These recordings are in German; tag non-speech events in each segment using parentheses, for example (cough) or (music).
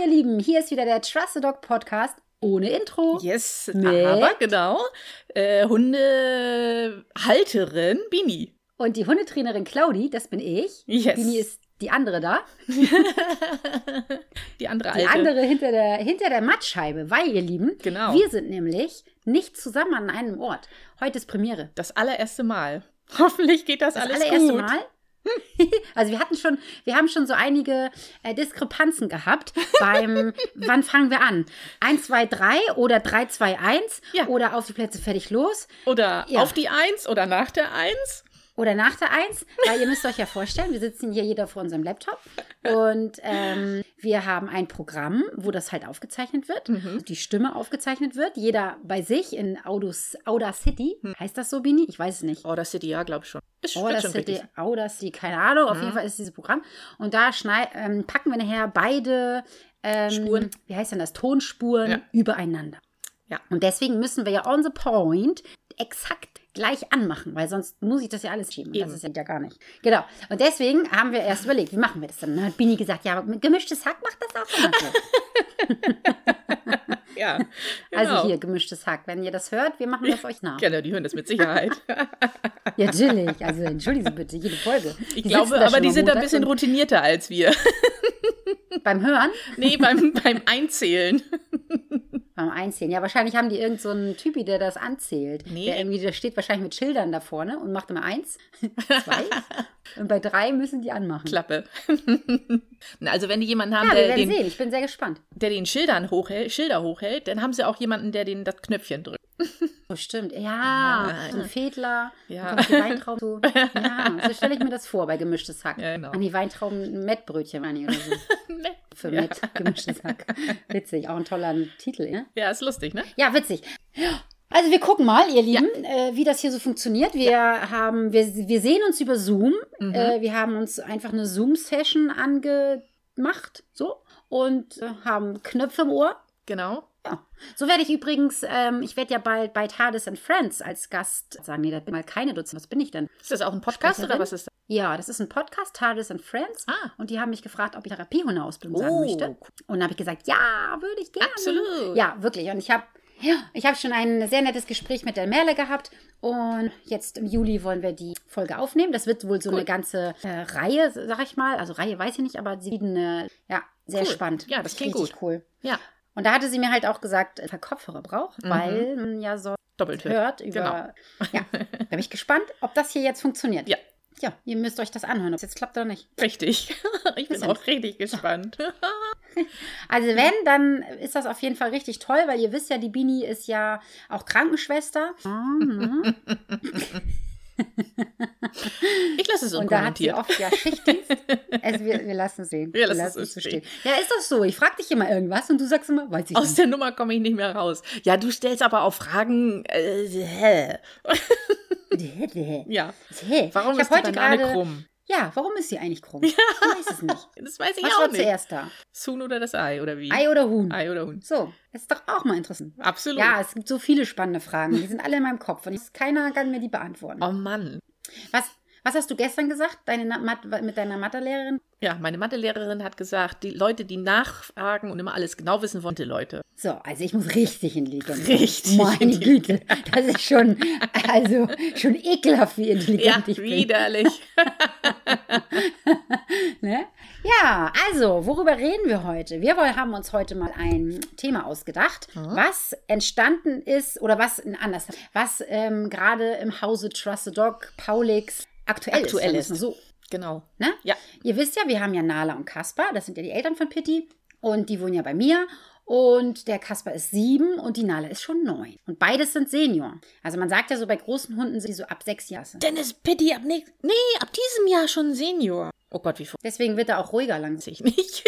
ihr Lieben, hier ist wieder der Trust the Dog Podcast ohne Intro. Yes, Mit- aber genau. Äh, Hundehalterin Bini. Und die Hundetrainerin Claudi, das bin ich. Yes. Bini (laughs) ist die andere da. die andere Die Alte. andere hinter der, hinter der Mattscheibe, weil, ihr Lieben, Genau. wir sind nämlich nicht zusammen an einem Ort. Heute ist Premiere. das allererste Mal. (laughs) Hoffentlich geht das, Das alles allererste gut. Mal. (laughs) Also wir hatten schon, wir haben schon so einige äh, Diskrepanzen gehabt (laughs) beim, wann fangen wir an? 1, 2, 3 oder 3, 2, 1 Ja. oder auf die Plätze fertig los Oder Ja. auf die Eins oder nach der Eins. oder nach der 1, weil ihr müsst euch ja vorstellen, wir sitzen hier jeder vor unserem Laptop und ähm, wir haben ein Programm, wo das halt aufgezeichnet wird, Mhm. die Stimme aufgezeichnet wird, jeder bei sich in Audus, Audacity, heißt das so, Bini? Ich weiß es nicht. Oh, das City, ja, glaube ich schon. Ist Oh, wird schon Audacity, richtig. Audacity, keine Ahnung. Auf Mhm. jeden Fall ist dieses Programm. Und da schnei ähm, packen wir nachher beide ähm, Spuren. Wie heißt denn das? Tonspuren Ja. übereinander. Ja. Und deswegen müssen wir ja on the point exakt gleich anmachen, weil sonst muss ich das ja alles schieben. Eben. Das ist ja gar nicht. Genau. Und deswegen haben wir erst überlegt, wie machen wir das denn? Dann hat Bini gesagt, ja, mit gemischtes Hack macht das auch immer so. (laughs) Ja, (laughs) Also genau. hier, gemischtes Hack. Wenn ihr das hört, wir machen das euch nach. Genau, die hören das (laughs) mit Sicherheit. Ja, natürlich. Also entschuldigen Sie bitte, jede Folge. Die Ich sitzen glaube, da aber schon die am sind da ein Montag bisschen und routinierter (laughs) als wir. Beim Hören Nee, beim, beim Einzählen. (laughs) Beim Einzählen. Ja, wahrscheinlich haben die irgendeinen so einen Typi, der das anzählt. Nee. Der, irgendwie, der steht wahrscheinlich mit Schildern da vorne und macht immer eins, (laughs) (laughs) zwei. und bei drei müssen die anmachen. (laughs) Klappe. Na, also wenn die jemanden haben, Ja, wir der, werden den, sehen. Ich bin sehr gespannt. der den Schildern hochhält, Schilder hochhält, dann haben sie auch jemanden, der den das Knöpfchen drückt. (laughs) Oh, stimmt. Ja, Ja. so ein Fädler. Ja. dann kommt die Weintrauben zu. (laughs) Ja, so stelle ich mir das vor bei gemischtes Hack. Ja, genau. An die Weintrauben ein Mettbrötchen, meine ich, oder so. Für ja. Mett, gemischtes (laughs) Hack. Witzig, auch ein toller Titel, ne? ja, ist lustig, ne? Ja, witzig. Also wir gucken mal, ihr Lieben, äh, wie das hier so funktioniert. Wir haben, wir, wir sehen uns über Zoom. Mhm. Äh, wir haben uns einfach eine Zoom-Session angemacht, so, und äh, haben Knöpfe im Ohr. Genau. So werde ich übrigens, ähm, ich werde ja bald bei TARDIS and Friends als Gast sagen, nee, da bin mal keine Dutzend, was bin ich denn? Ist das auch ein Podcast Sprecherin? oder was ist das? Ja, das ist ein Podcast, TARDIS and Friends. Ah, Und die haben mich gefragt, ob ich Therapiehundeausbildung sagen möchte. cool. Und dann habe ich gesagt, Oh, ja, würde ich gerne. absolut. Ja, wirklich. Und ich habe ja, ich habe schon ein sehr nettes Gespräch mit der Merle gehabt und jetzt im Juli wollen wir die Folge aufnehmen. Das wird wohl so Cool. eine ganze äh, Reihe, sag ich mal. Also Reihe weiß ich nicht, aber sie eine, ja, sehr Cool. spannend. Ja, das klingt Richtig cool. Ja. Und da hatte sie mir halt auch gesagt, äh, Verkopfhörer braucht, Mhm. weil man ja so Doppelt hört hört. über. Ja, (laughs) da bin ich gespannt, ob das hier jetzt funktioniert. Ja. Ja, ihr müsst euch das anhören, ob es jetzt klappt oder nicht. (laughs) Richtig. (laughs) Ich bin Bisschen. auch richtig gespannt. Also Mhm. wenn, dann ist das auf jeden Fall richtig toll, weil ihr wisst ja, die Bini ist ja auch Krankenschwester. Mhm. Ich lasse es Und da hat sie unkommentiert. oft ja (laughs) Schichtdienst. Also wir, wir lassen es sehen. Wir lassen wir es so stehen. Ja, ist doch so. Ich frage dich immer irgendwas und du sagst immer, weiß ich Aus nicht. der Nummer komme ich nicht mehr raus. Ja, du stellst aber auch Fragen. Äh, hä? ja. Hey, Warum ich ist hab die heute Banane gerade, krumm? Ja, warum ist sie eigentlich (laughs) krumm? Ich weiß es nicht. Das weiß ich Was auch war nicht. zuerst da? Huhn oder das Ei oder wie? Ei oder Huhn? Ei oder Huhn. So, das ist doch auch mal interessant. Absolut. Ja, es gibt so viele spannende Fragen. Die sind alle in meinem Kopf und ich, keiner kann mir die beantworten. Oh Mann. Was, was hast du gestern gesagt deine Na- Mat mit deiner Mathelehrerin? Ja, meine Mathelehrerin hat gesagt, die Leute, die nachfragen und immer alles genau wissen wollen, die Leute. So, also ich muss richtig hinlegen. Richtig Meine in die- Güte, das ist schon, also schon ekelhaft, wie Ja, intelligent ich bin. (laughs) widerlich. Ne? Ja, also, worüber reden wir heute? Wir woll- haben uns heute mal ein Thema ausgedacht, Mhm. was entstanden ist oder was n- anders, was ähm, gerade im Hause Trust the Dog, Paulix aktuell, Aktuell ist. ist. sagen wir's mal So, Genau. Ne? Ja. Ihr wisst ja, wir haben ja Nala und Kasper, das sind ja die Eltern von Pitti und die wohnen ja bei mir. Und der Kasper ist sieben und die Nala ist schon neun. Und beides sind Senioren. Also man sagt ja so, bei großen Hunden sind die so ab sechs Jahre. Denn ist Pitti ab nächst, nee, ab diesem Jahr schon Senior. Oh Gott, wie verrückt Deswegen wird er auch ruhiger (laughs) langsam. ich nicht.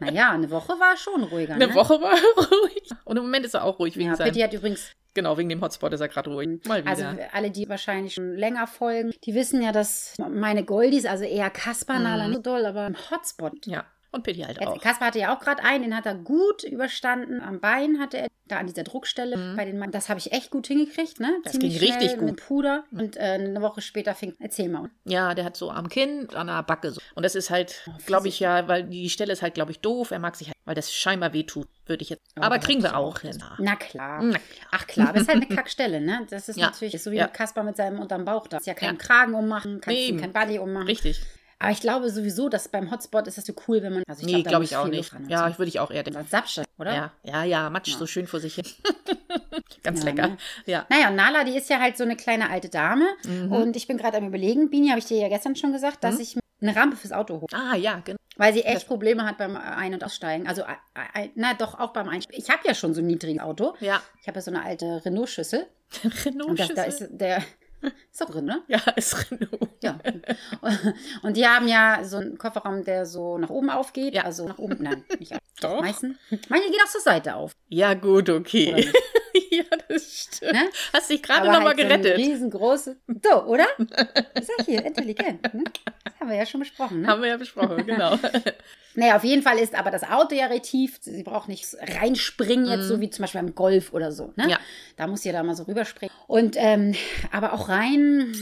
Naja, eine Woche war schon ruhiger. Eine ne? Woche war (laughs) er ruhig. Und im Moment ist er auch ruhig wegen Ja, seinem, Pitti hat übrigens, genau, wegen dem Hotspot ist er gerade ruhig. Mal wieder. also alle, die wahrscheinlich schon länger folgen, die wissen ja, dass meine Goldies, also eher Kasper, Mhm. Nala, nicht so doll, aber im Hotspot ja. Und Pitti halt Jetzt, auch. Kasper hatte ja auch gerade einen, den hat er gut überstanden. Am Bein hatte er da an dieser Druckstelle bei den Mann. Das habe ich echt gut hingekriegt, ne? Mhm. Das ging richtig Mhm. Mit Puder und äh, eine Woche später fing. Erzähl mal. Ja, der hat so am Kinn, an der Backe so. Und das ist halt, glaube ich ja, weil die Stelle ist halt, glaube ich, doof. Er mag sich halt, weil das scheinbar wehtut, würde ich jetzt. Oh, aber kriegen wir auch hin. Na klar. Na Ach klar, aber ist halt (laughs) eine Kackstelle, ne? Das ist Mhm. Ja. natürlich ist so wie Ja. mit Kasper mit seinem unterm Bauch da. Ist ja keinen Ja. Kragen ummachen, kannst Nee, ihm kein Buddy ummachen. Richtig. Aber ich glaube sowieso, dass beim Hotspot ist das so cool, wenn man. Also nee, glaube ich auch nicht. also. Ja, ich ich würde ich auch eher denken. würde. Sapsche, oder? Ja, ja, ja, Matsch, so schön vor (laughs) sich hin. Ganz Ja, lecker. ne? Ja. Naja, und Nala, die ist ja halt so eine kleine alte Dame. Mhm. Und ich bin gerade am Überlegen, Bini, habe ich dir ja gestern schon gesagt, dass ich eine Rampe fürs Auto hole. Ah, ja, genau. Weil sie echt Probleme hat beim Ein- und Aussteigen. Also, äh, äh, na doch, auch beim Einsteigen. Ich habe ja schon so ein niedriges Auto. Ja. Ich habe ja so eine alte Renault-Schüssel. Und das, Renault. da ist (laughs) der. Ist auch drin, ne? ja, (laughs) ist Renault. Ja. (laughs) Und die haben ja so einen Kofferraum, der so nach oben aufgeht. Ja. Also nach oben, nein, nicht alle. Doch. Meisten. Manche gehen auch zur Seite (laughs) auf. Ja, gut, Oder okay. nicht? (laughs) ja, das stimmt. Ne? Hast dich gerade Aber nochmal halt So gerettet. ein riesengroßes. So, (laughs) oder? Sag hier, intelligent. Ne? Das haben wir ja schon besprochen. Ne? Haben wir ja besprochen, (laughs) genau. Naja, auf jeden Fall ist aber das Auto ja recht tief. Sie braucht nicht reinspringen jetzt, Mhm. so wie zum Beispiel beim Golf oder so. Ne? Ja. Da muss sie ja da mal so rüberspringen. Und ähm, aber auch rein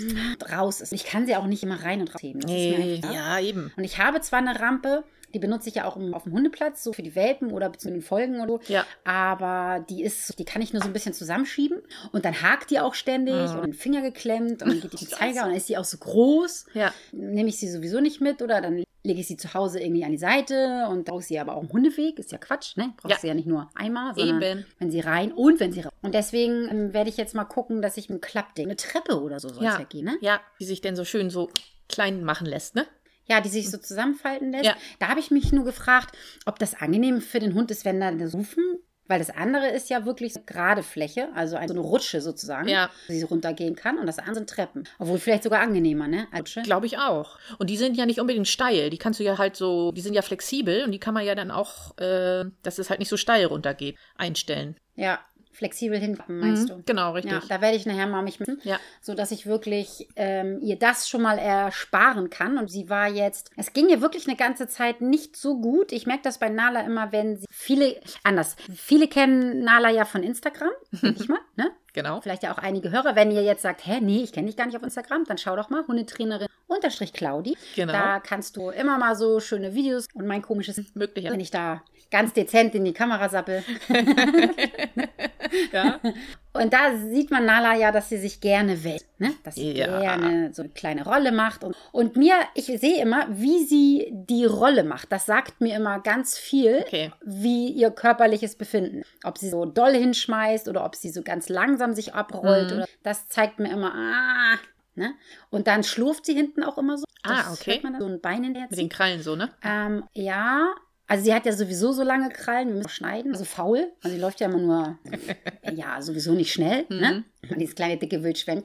raus ist. Ich kann sie auch nicht immer rein und raus heben. Das ist mir nee, einfach- ja, eben. Und ich habe zwar eine Rampe, die benutze ich ja auch im, auf dem Hundeplatz, so für die Welpen oder zu den Folgen oder so. Ja. Aber die ist, die kann ich nur so ein bisschen zusammenschieben und dann hakt die auch ständig Mhm. und den Finger geklemmt und dann (laughs) geht die zum Zeiger und dann ist sie auch so groß. Ja. Nehme ich sie sowieso nicht mit oder dann lege ich sie zu Hause irgendwie an die Seite und brauche sie aber auch im Hundeweg. Ist ja Quatsch, ne? Brauchst Ja. sie ja nicht nur einmal, sondern Eben. wenn sie rein und wenn sie raus. Und deswegen ähm, werde ich jetzt mal gucken, dass ich mit einem Klappding, eine Treppe oder so soll es ja. Ja. gehen, ne? ja, die sich denn so schön so klein machen lässt, ne? Ja, die sich so zusammenfalten lässt. Ja. Da habe ich mich nur gefragt, ob das angenehm für den Hund ist, wenn da das Rufen, weil das andere ist ja wirklich so eine gerade Fläche, also ein- so eine Rutsche sozusagen, Ja. wo sie runtergehen kann und das andere sind Treppen. Obwohl vielleicht sogar angenehmer, ne? Als Rutsche. Glaube ich auch. Und die sind ja nicht unbedingt steil. Die kannst du ja halt so, die sind ja flexibel und die kann man ja dann auch, äh, dass es halt nicht so steil runtergeht, einstellen. Ja, flexibel hinklappen, meinst Mhm, du? Genau, Ja, richtig. da werde ich nachher mal mich mit, Ja. so dass ich wirklich ähm, ihr das schon mal ersparen kann. Und sie war jetzt, es ging ihr wirklich eine ganze Zeit nicht so gut. Ich merke das bei Nala immer, wenn sie viele, anders, viele kennen Nala ja von (laughs) Instagram, denke ich mal, ne? Genau. Vielleicht ja auch einige Hörer, wenn ihr jetzt sagt, hä, nee, ich kenne dich gar nicht auf Instagram, dann schau doch mal, Hundetrainerin unterstrich Claudi. Genau. Da kannst du immer mal so schöne Videos und mein komisches, Möglicher. wenn ich da ganz dezent in die Kamera sappel. (laughs) Ja. Und da sieht man Nala ja, dass sie sich gerne wählt, ne? dass sie Ja. gerne so eine kleine Rolle macht. Und, und mir, ich sehe immer, wie sie die Rolle macht. Das sagt mir immer ganz viel, Okay. wie ihr körperliches Befinden. Ob sie so doll hinschmeißt oder ob sie so ganz langsam sich abrollt. Mhm. Oder, das zeigt mir immer, ah, ne? Und dann schlurft sie hinten auch immer so. Ah, Das okay. hört man dann, so ein Bein in der Mit den Krallen so, ne? ähm, ja, also sie hat ja sowieso so lange Krallen, wir müssen auch schneiden, also faul. Also sie läuft ja immer (laughs) nur, ja, sowieso nicht schnell, Mhm. ne? Und dieses kleine dicke (laughs) Wildschwein.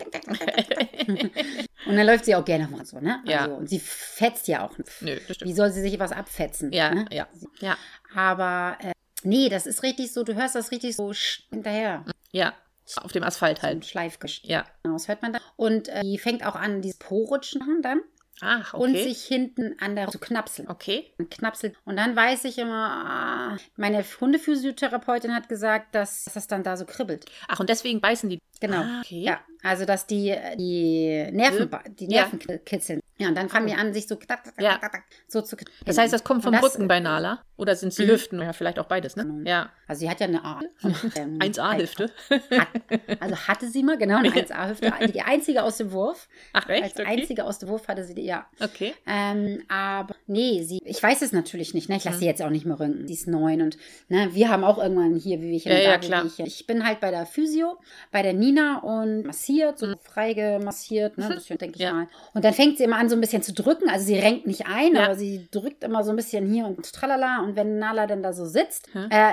Und dann läuft sie auch gerne mal so, ne? Also, Ja. Und sie fetzt ja auch. nicht. Nö, das Wie stimmt. soll sie sich was abfetzen? Ja, ne? ja, ja, Aber äh, nee, das ist richtig so, du hörst das richtig so sch- hinterher. ja. Auf dem Asphalt Halt. halt. Schleifgesch. Ja. Genau, das hört man da. Und äh, die fängt auch an, dieses Po-Rutschen dann Ach, und okay. sich hinten an der zu knapseln. Okay. und knapselt. Und dann weiß ich immer, ah, meine Hundephysiotherapeutin hat gesagt, dass, dass das dann da so kribbelt. Ach, und deswegen beißen die. Genau. Ah, okay. Ja, also dass die, die Nerven, die Mhm. Ja. Nerven ki- kitzeln. Ja, und dann fangen die an, sich so, knack, knack, Ja. knack, knack, so zu kneten. Das heißt, das kommt Und vom Rücken bei Nala. Oder sind es die Mhm. Hüften? Ja, vielleicht auch beides, ne? Mhm. Ja. Also sie hat ja (laughs) eine A. (laughs) ähm, 1A-Hüfte. Hat, also hatte sie mal, genau, eine 1A-Hüfte. Die einzige aus dem Wurf. (laughs) Ach, Als echt? Okay. einzige aus dem Wurf hatte sie die, ja. okay. Ähm, aber nee, sie, ich weiß es natürlich nicht. Ne? Mhm. Ich lasse sie jetzt auch nicht mehr röntgen. Sie ist neun und ne, wir haben auch irgendwann hier Wehwehchen Ja, und ja, da klar. Wehwehchen. Ich bin halt bei der Physio, bei der Nina und massiert, so freigemassiert, ne, bisschen, denke ich Mhm. Ja. mal. Und dann fängt sie immer an, so ein bisschen zu drücken. Also sie renkt nicht ein, Ja. aber sie drückt immer so ein bisschen hier und tralala. Und wenn Nala dann da so sitzt, Mhm. äh,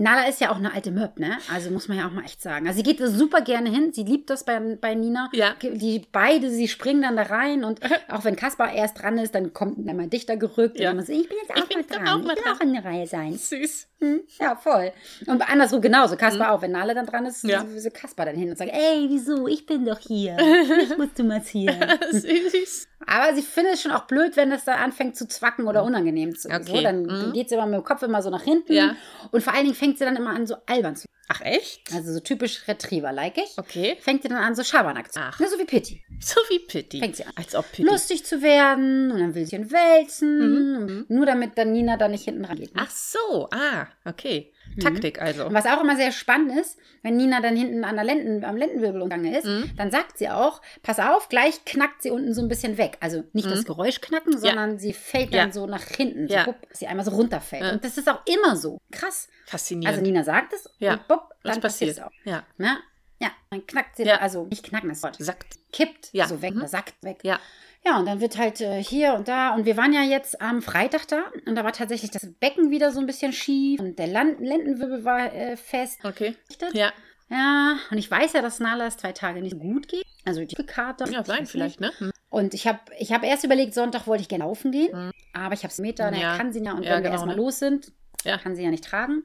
Nala ist ja auch eine alte Möb, ne? Also muss man ja auch mal echt sagen. Also sie geht da super gerne hin. Sie liebt das bei, bei Nina Ja. die beide, sie springen dann da rein (laughs) und auch wenn Kaspar erst dran ist, dann kommt er mal dichter gerückt Ja. und dann so, ich bin jetzt Ich auch bin mal jetzt dran, auch mal ich will dran. auch in der Reihe sein. Süß. Hm. Hm? Ja, voll. Und andersrum genauso, Kaspar auch, wenn Nala dann dran ist, Ja. so Kaspar dann hin und sagt, ey, wieso, ich bin doch (laughs) hier, ich muss du massieren. Süß. Aber sie findet es schon auch blöd, wenn das dann anfängt zu zwacken oder unangenehm zu. So, Hm. Okay. dann Mhm. geht sie immer mit dem Kopf immer so nach hinten Ja. und vor allen Dingen fängt sie dann immer an, so albern zu Ach echt? Also so typisch Retriever-like ich. Okay. Fängt sie dann an, so Schabernack zu Ach. Ne, so wie Pitti. So wie Pitti. Fängt sie an. Als ob Pitti. Lustig zu werden und dann will sie ihn wälzen. Nur damit dann Nina da nicht hinten rangeht. Ne? Mhm. Ach so, ah, okay. Taktik also. Und was auch immer sehr spannend ist, wenn Nina dann hinten an der Lenden, am Lendenwirbel umgangen ist, Mhm. dann sagt sie auch, pass auf, gleich knackt sie unten so ein bisschen weg. Also nicht das Geräusch knacken, sondern sie fällt dann Mhm. Ja. so nach hinten, so Ja. bupp, dass sie einmal so runterfällt. Ja. Und das ist auch immer so. Krass. Faszinierend. Also Nina sagt es Ja. und bupp, was dann passiert es auch. Ja. Ne? Ja, dann knackt sie, Ja. also nicht knacken das Wort, Sagt. kippt Ja. so weg, Mhm. oder sackt weg. Ja. Ja, und dann wird halt äh, hier und da. Und wir waren ja jetzt am Freitag da und da war tatsächlich das Becken wieder so ein bisschen schief und der Lan- Lendenwirbel war äh, fest. Okay. verdichtet. Ja. Ja, und ich weiß ja, dass Nalas zwei Tage nicht so gut geht. Also die Kater. Ja, ich sein weiß vielleicht, nicht. ne? Hm. Und ich habe ich hab erst überlegt, Sonntag wollte ich gerne laufen gehen, Mhm. aber ich habe es Meter, naja, Ja. ne, kann sie ja. Und Ja, wenn wir genau, erstmal ne? los sind, Ja. kann sie ja nicht tragen.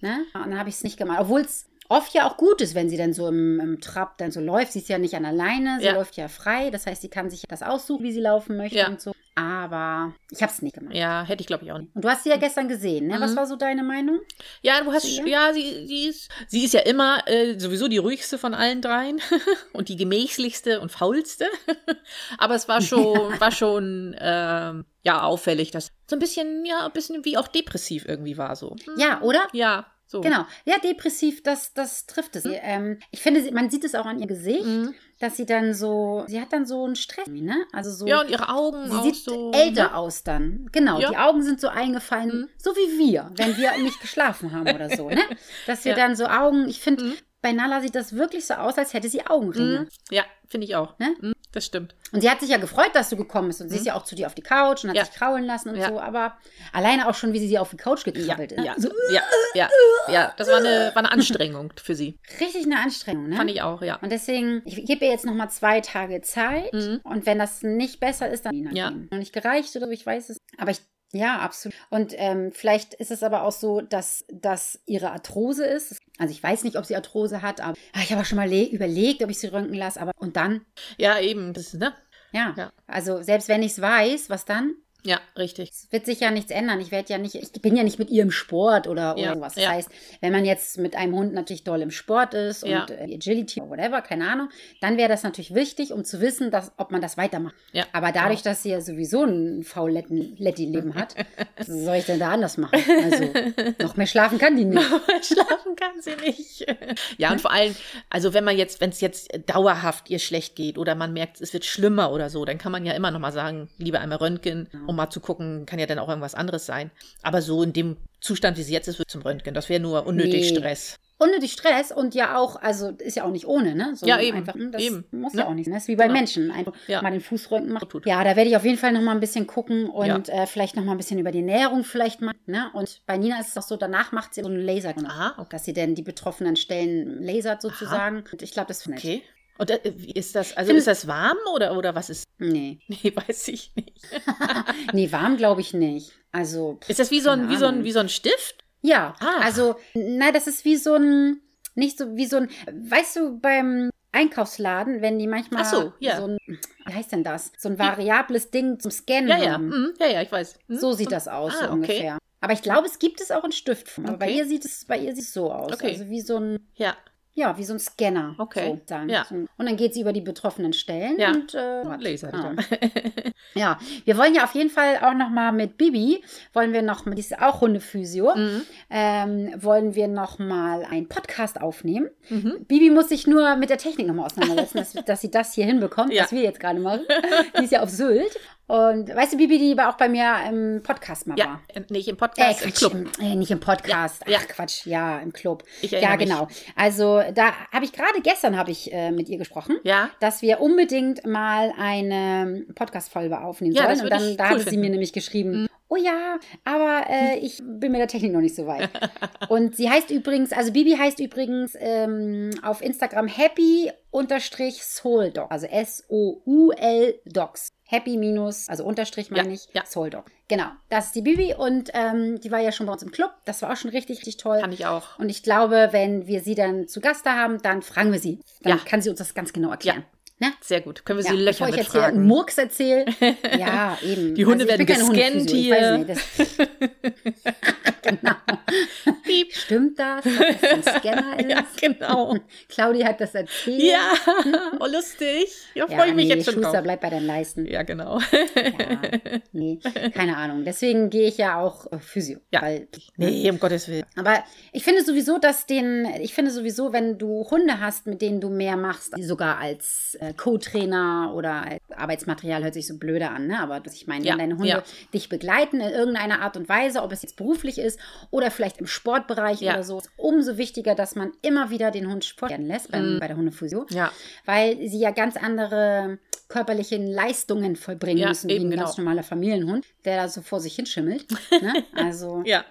Ne? Und dann habe ich es nicht gemacht. Obwohl es oft ja auch gut ist, wenn sie dann so im, im Trab dann so läuft. Sie ist ja nicht an alleine, sie Ja. läuft ja frei. Das heißt, sie kann sich das aussuchen, wie sie laufen möchte Ja. und so. Aber ich habe es nicht gemacht. (laughs) Ja, hätte ich glaube ich auch nicht. Und du hast sie ja gestern gesehen, ne? Was Mhm. war so deine Meinung? Ja, du hast, Ja. ja, sie, sie, ist, sie ist ja immer äh, sowieso die ruhigste von allen dreien (laughs) und die gemächlichste und faulste. (laughs) Aber es war schon, war schon, ähm, ja, auffällig, dass so ein bisschen, ja, ein bisschen wie auch depressiv irgendwie war so. Ja, oder? Ja, so. Genau. Ja, depressiv, das, das trifft es. Ähm, ich finde, sie- man sieht es auch an ihr Gesicht, Mhm. dass sie dann so, sie hat dann so einen Stress, ne? Also so, Ja, und ihre Augen sie auch sieht so. ne? älter aus dann. Genau, Ja. die Augen sind so eingefallen, Mhm. so wie wir, wenn wir nicht geschlafen haben oder so, (laughs) ne? Dass wir Ja. dann so Augen, ich finde, Mhm. bei Nala sieht das wirklich so aus, als hätte sie Augenringe. Mhm. Ja, finde ich auch. Ne? Mhm, Das stimmt. Und sie hat sich ja gefreut, dass du gekommen bist. Und sie ist ja auch zu dir auf die Couch und hat Mhm. Ja. sich kraulen lassen und Ja. so. Aber alleine auch schon, wie sie sie auf die Couch Ja, gekrabbelt ist. ne? ja, So, ja, ja, ja. Das war eine, war eine Anstrengung für sie. richtig eine Anstrengung, ne? Fand ich auch, ja. Und deswegen, ich gebe ihr jetzt nochmal zwei Tage Zeit. Mhm. Und wenn das nicht besser ist, dann Ja. Noch nicht gereicht oder so, ich weiß es. Aber ich, ja, absolut. Und ähm, vielleicht ist es aber auch so, dass das ihre Arthrose ist. Also ich weiß nicht, ob sie Arthrose hat, aber ah, ich habe auch schon mal le- überlegt, ob ich sie röntgen lasse. Aber und dann, Ja, eben. Das, ne? ja. Ja. Also selbst wenn ich es weiß, was dann? Ja, richtig. (laughs) Es wird sich ja nichts ändern. Ich werde ja nicht, ich bin ja nicht mit ihr im Sport oder, Ja, oder sowas. Das ja. heißt, wenn man jetzt mit einem Hund natürlich doll im Sport ist und Ja. äh, Agility oder whatever, keine Ahnung, dann wäre das natürlich wichtig, um zu wissen, dass, ob man das weitermacht. Ja, genau. Aber dadurch, dass sie ja sowieso ein Fauletti-Leben (laughs) hat, was soll ich denn da anders machen? Also, noch mehr schlafen kann die nicht. Schlafen kann sie nicht. Ja, und vor allem, also wenn man jetzt, wenn es jetzt dauerhaft ihr schlecht geht oder man merkt, es wird schlimmer oder so, dann kann man ja immer noch mal sagen, lieber einmal Röntgen, um mal zu gucken, kann ja dann auch irgendwas anderes sein. Aber so in dem Zustand, wie sie jetzt ist, wird zum Röntgen. Das wäre nur unnötig Nee. Stress. Unnötig Stress und ja auch, also ist ja auch nicht ohne, ne? So Ja, eben, Einfach, hm, das eben, muss ne? ja auch nicht sein. Das ist wie bei Genau. Menschen. Einfach Ja. mal den Fußrücken machen. Tut. Ja, da werde ich auf jeden Fall nochmal ein bisschen gucken und äh, vielleicht nochmal ein bisschen über die Nährung vielleicht mal. Ne? Und bei Nina ist es auch so, danach macht sie so einen Laser. genau. Aha, okay. Dass sie denn die betroffenen Stellen lasert sozusagen. Und ich glaube, das ist okay. Und da, wie ist das, also Find- ist das warm oder, oder was ist? (laughs) Nee. Nee, weiß ich nicht. Nee, warm glaube ich nicht. Also, pff, Ist das wie so ein, Keine wie so ein, Ahnung. wie so ein Stift? ja. Ah. Also, na, das ist wie so ein, nicht so, wie so ein, weißt du, beim Einkaufsladen, wenn die manchmal Ach so, ja. Hm. so ein, wie heißt denn das? So ein variables Ding zum Scannen Ja, ja, haben. mhm, ja, ja, ich weiß. Mhm. So sieht das aus, Ah, so okay. ungefähr. Aber ich glaube, es gibt es auch in Stiftform. Aber bei Okay. ihr sieht es, bei ihr sieht es so aus. Okay. Also wie so ein, Ja, ja, wie so ein Scanner. Okay. So sagen. Ja. So ein- Und dann geht sie über die betroffenen Stellen Ja. und äh, hat- Laser. Ah. Ja. Ja, wir wollen ja auf jeden Fall auch nochmal mit Bibi, wollen wir noch, die ist auch (laughs) Hundephysio, Mhm. ähm, wollen wir nochmal einen Podcast aufnehmen. Mhm. Bibi muss sich nur mit der Technik nochmal auseinandersetzen, dass, dass sie das hier hinbekommt, Ja. was wir jetzt gerade machen. Die ist ja auf Sylt. Und weißt du, Bibi, die war auch bei mir im Podcast mal war. Ja, äh, nicht im Äh, Podcast, im Quatsch, Club. Im, äh, nicht im Podcast. Ja, ja. Ach Quatsch, ja, im Club. Ich erinnere ja, mich. genau. Also da habe ich gerade gestern habe ich äh, mit ihr gesprochen, Ja, dass wir unbedingt mal eine Podcast-Folge aufnehmen Ja, das sollen. Und würde dann ich da cool hatte sie finden. Mhm. mir nämlich geschrieben. Oh ja, aber äh, ich bin mit der Technik noch nicht so (laughs) weit. Und sie heißt übrigens, also Bibi heißt übrigens ähm, auf Instagram happy unterstrich souldoc, also S-O-U-L docs. Happy minus, also unterstrich meine Ja, ich, ja. souldoc. Genau, das ist die Bibi und ähm, die war ja schon bei uns im Club. Das war auch schon richtig, richtig toll. kann ich auch. Und ich glaube, wenn wir sie dann zu Gast da haben, dann fragen wir sie. Dann Ja. kann sie uns das ganz genau erklären. Ne? Sehr gut. Können wir Ja, sie Löcher bevor ich jetzt hier mitfragen. einen Murks (laughs) erzähle. Ja, eben. Also, Die Hunde ich werden bin keine gescannt Hundephysio, hier. (laughs) Ich weiß nicht, das, piep. genau. Stimmt das, dass das ein Scanner ist? (laughs) (laughs) Ja, genau. Claudia hat das erzählt. Ja, oh, lustig. Hm. Ja, freue ich mich nee, jetzt schon Schuster, drauf. bleib bei deinen Leisten. (laughs) Ja, genau. Ja, nee, keine Ahnung. Deswegen gehe ich ja auch äh, Physio. Ja. Weil, Nee, um Gottes Willen. Aber ich finde sowieso, dass den, ich finde sowieso, wenn du Hunde hast, mit denen du mehr machst, sogar als äh, Co-Trainer oder als Arbeitsmaterial hört sich so blöde an, ne? Aber ich meine, Ja, wenn deine Hunde ja. dich begleiten in irgendeiner Art und Weise, ob es jetzt beruflich ist oder vielleicht im Sportbereich Ja. oder so, ist umso wichtiger, dass man immer wieder den Hund Sport werden lässt beim, bei der Hundefusion, Mhm. Ja, weil sie ja ganz andere körperliche Leistungen vollbringen Ja, müssen, wie eben, ein genau. ganz normaler Familienhund, der da so vor sich hinschimmelt. (laughs) Ne? Also, ne? ja.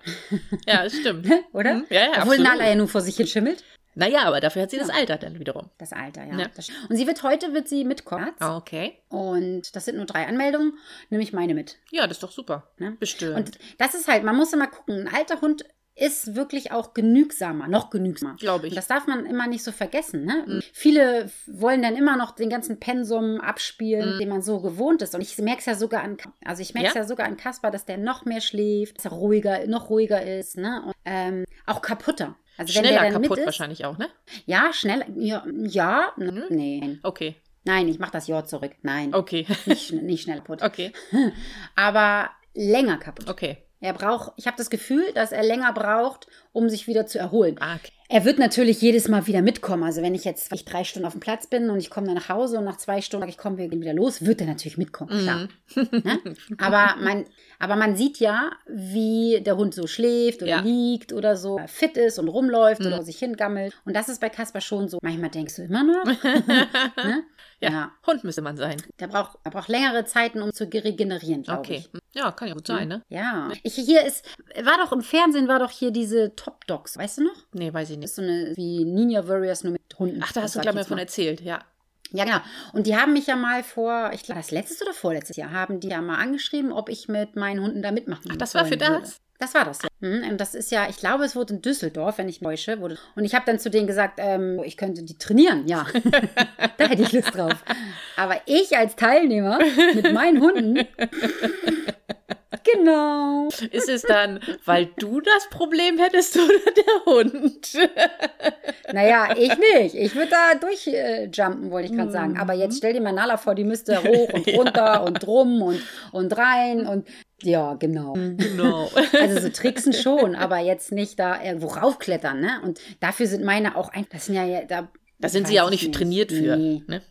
Ja, das stimmt. (laughs) oder? Mhm. Ja, ja, Obwohl absolut. Nala ja nur vor sich hin schimmelt. Naja, aber dafür hat sie das Ja. Alter dann wiederum. Das Alter, ja. Ja. Das st- Und sie wird heute, wird sie mitkommen. Okay. Und das sind nur drei Anmeldungen, nehme ich meine mit. Ja, das ist doch super. Ne? Bestimmt. Und das ist halt, man muss immer gucken, ein alter Hund ist wirklich auch genügsamer, noch genügsamer. Glaube ich. Und das also darf man immer nicht so vergessen. Ne? Mhm. Viele f- wollen dann immer noch den ganzen Pensum abspielen, den man so gewohnt ist. Und ich merke es ja sogar an, Ka- also ich merke es ja? Mhm. Ja? sogar an Kaspar, dass der noch mehr schläft, dass er ruhiger, noch ruhiger ist, ne? Und, ähm, auch kaputter. Also wenn Schneller der dann kaputt mit ist, wahrscheinlich auch, ne? ja, schneller, ja, ja n- nee. Okay. Nein, ich mache das Jahr zurück. Nein, Mhm. Okay. (laughs) nicht, schn- nicht schnell kaputt. Okay. Aber länger kaputt. Okay. Er braucht, ich habe das Gefühl, dass er länger braucht, um sich wieder zu erholen. Ah, okay. Er wird natürlich jedes Mal wieder mitkommen. Also wenn ich jetzt wenn ich drei Stunden auf dem Platz bin und ich komme dann nach Hause und nach zwei Stunden sage ich, komm, wir gehen wieder los, wird er natürlich mitkommen, Mhm. klar. Ne? Aber, man, aber man sieht ja, wie der Hund so schläft oder Ja. Mhm. liegt oder so, fit ist und rumläuft oder sich hingammelt. Und das ist bei Kasper schon so. Manchmal denkst du immer noch. ne? (laughs) Ja, Ja. (laughs) Hund müsste man sein. Der braucht, er braucht längere Zeiten, um zu regenerieren, glaube Okay. ich. Hm? Mhm. Ja, kann ja gut sein, ne? Ja. Ich, hier ist, war doch im Fernsehen, war doch hier diese Top Dogs, weißt du noch? Nee, weiß ich Das nicht. ist so eine, wie Ninja Warriors nur mit Hunden. Ach, da hast du, Sag glaube ich, ich mir jetzt von mal. erzählt, ja. Ja, genau. Und die haben mich ja mal vor, ich glaube, das letztes oder vorletztes Jahr, haben die ja mal angeschrieben, ob ich mit meinen Hunden da mitmachen Ach, das war für das? Das war das, ja. Mhm, Und das ist ja, ich glaube, es wurde in Düsseldorf, wenn ich mich täusche. Wurde. Und ich habe dann zu denen gesagt, ähm, ich könnte die trainieren, ja. (laughs) da hätte ich Lust drauf. Aber ich als Teilnehmer mit meinen Hunden. genau. Ist es dann, weil du das Problem hättest oder der Hund? Naja, ich nicht. Ich würde da durchjumpen, äh, jumpen, wollte ich gerade sagen. Aber jetzt stell dir mal Nala vor, die müsste hoch und runter und drum und, und rein und ja, genau. Genau. Also so tricksen schon, aber jetzt nicht da irgendwo raufklettern, ne? Und dafür sind meine auch ein. Das sind ja, ja da. (laughs) Da sind sie weiß ja auch ich nicht trainiert für. Nee. Ne?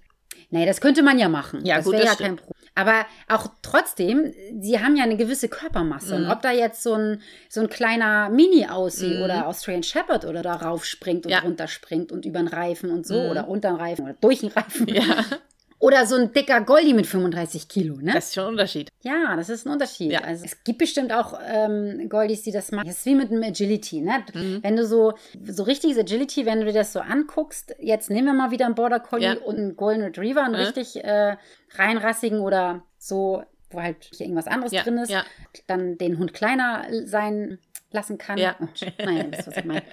Nee, das könnte man ja machen. Ja, das gut, wäre das ja kein stimmt. Problem. Aber auch trotzdem, sie haben ja eine gewisse Körpermasse. Mhm. Und ob da jetzt so ein, so ein kleiner Mini-Aussie oder Australian Shepherd oder da raufspringt und Ja. Mhm. runterspringt und über den Reifen und so oder unter den Reifen oder durch den Reifen. Ja, Mhm. Oder so ein dicker Goldi mit 35 Kilo, ne? das ist schon ein Unterschied. ja, das ist ein Unterschied. Ja. Also, es gibt bestimmt auch ähm, Goldies, die das machen. Das ist wie mit dem Agility, ne? Mhm. Wenn du so, so richtiges Agility, wenn du dir das so anguckst, jetzt nehmen wir mal wieder einen Border Collie Ja. und einen Golden Retriever, einen Mhm. richtig äh, reinrassigen oder so, wo halt hier irgendwas anderes Ja, drin ist, ja. dann den Hund kleiner sein lassen kann. Ja. Oh, naja, ihr wisst, was ich meine. (laughs)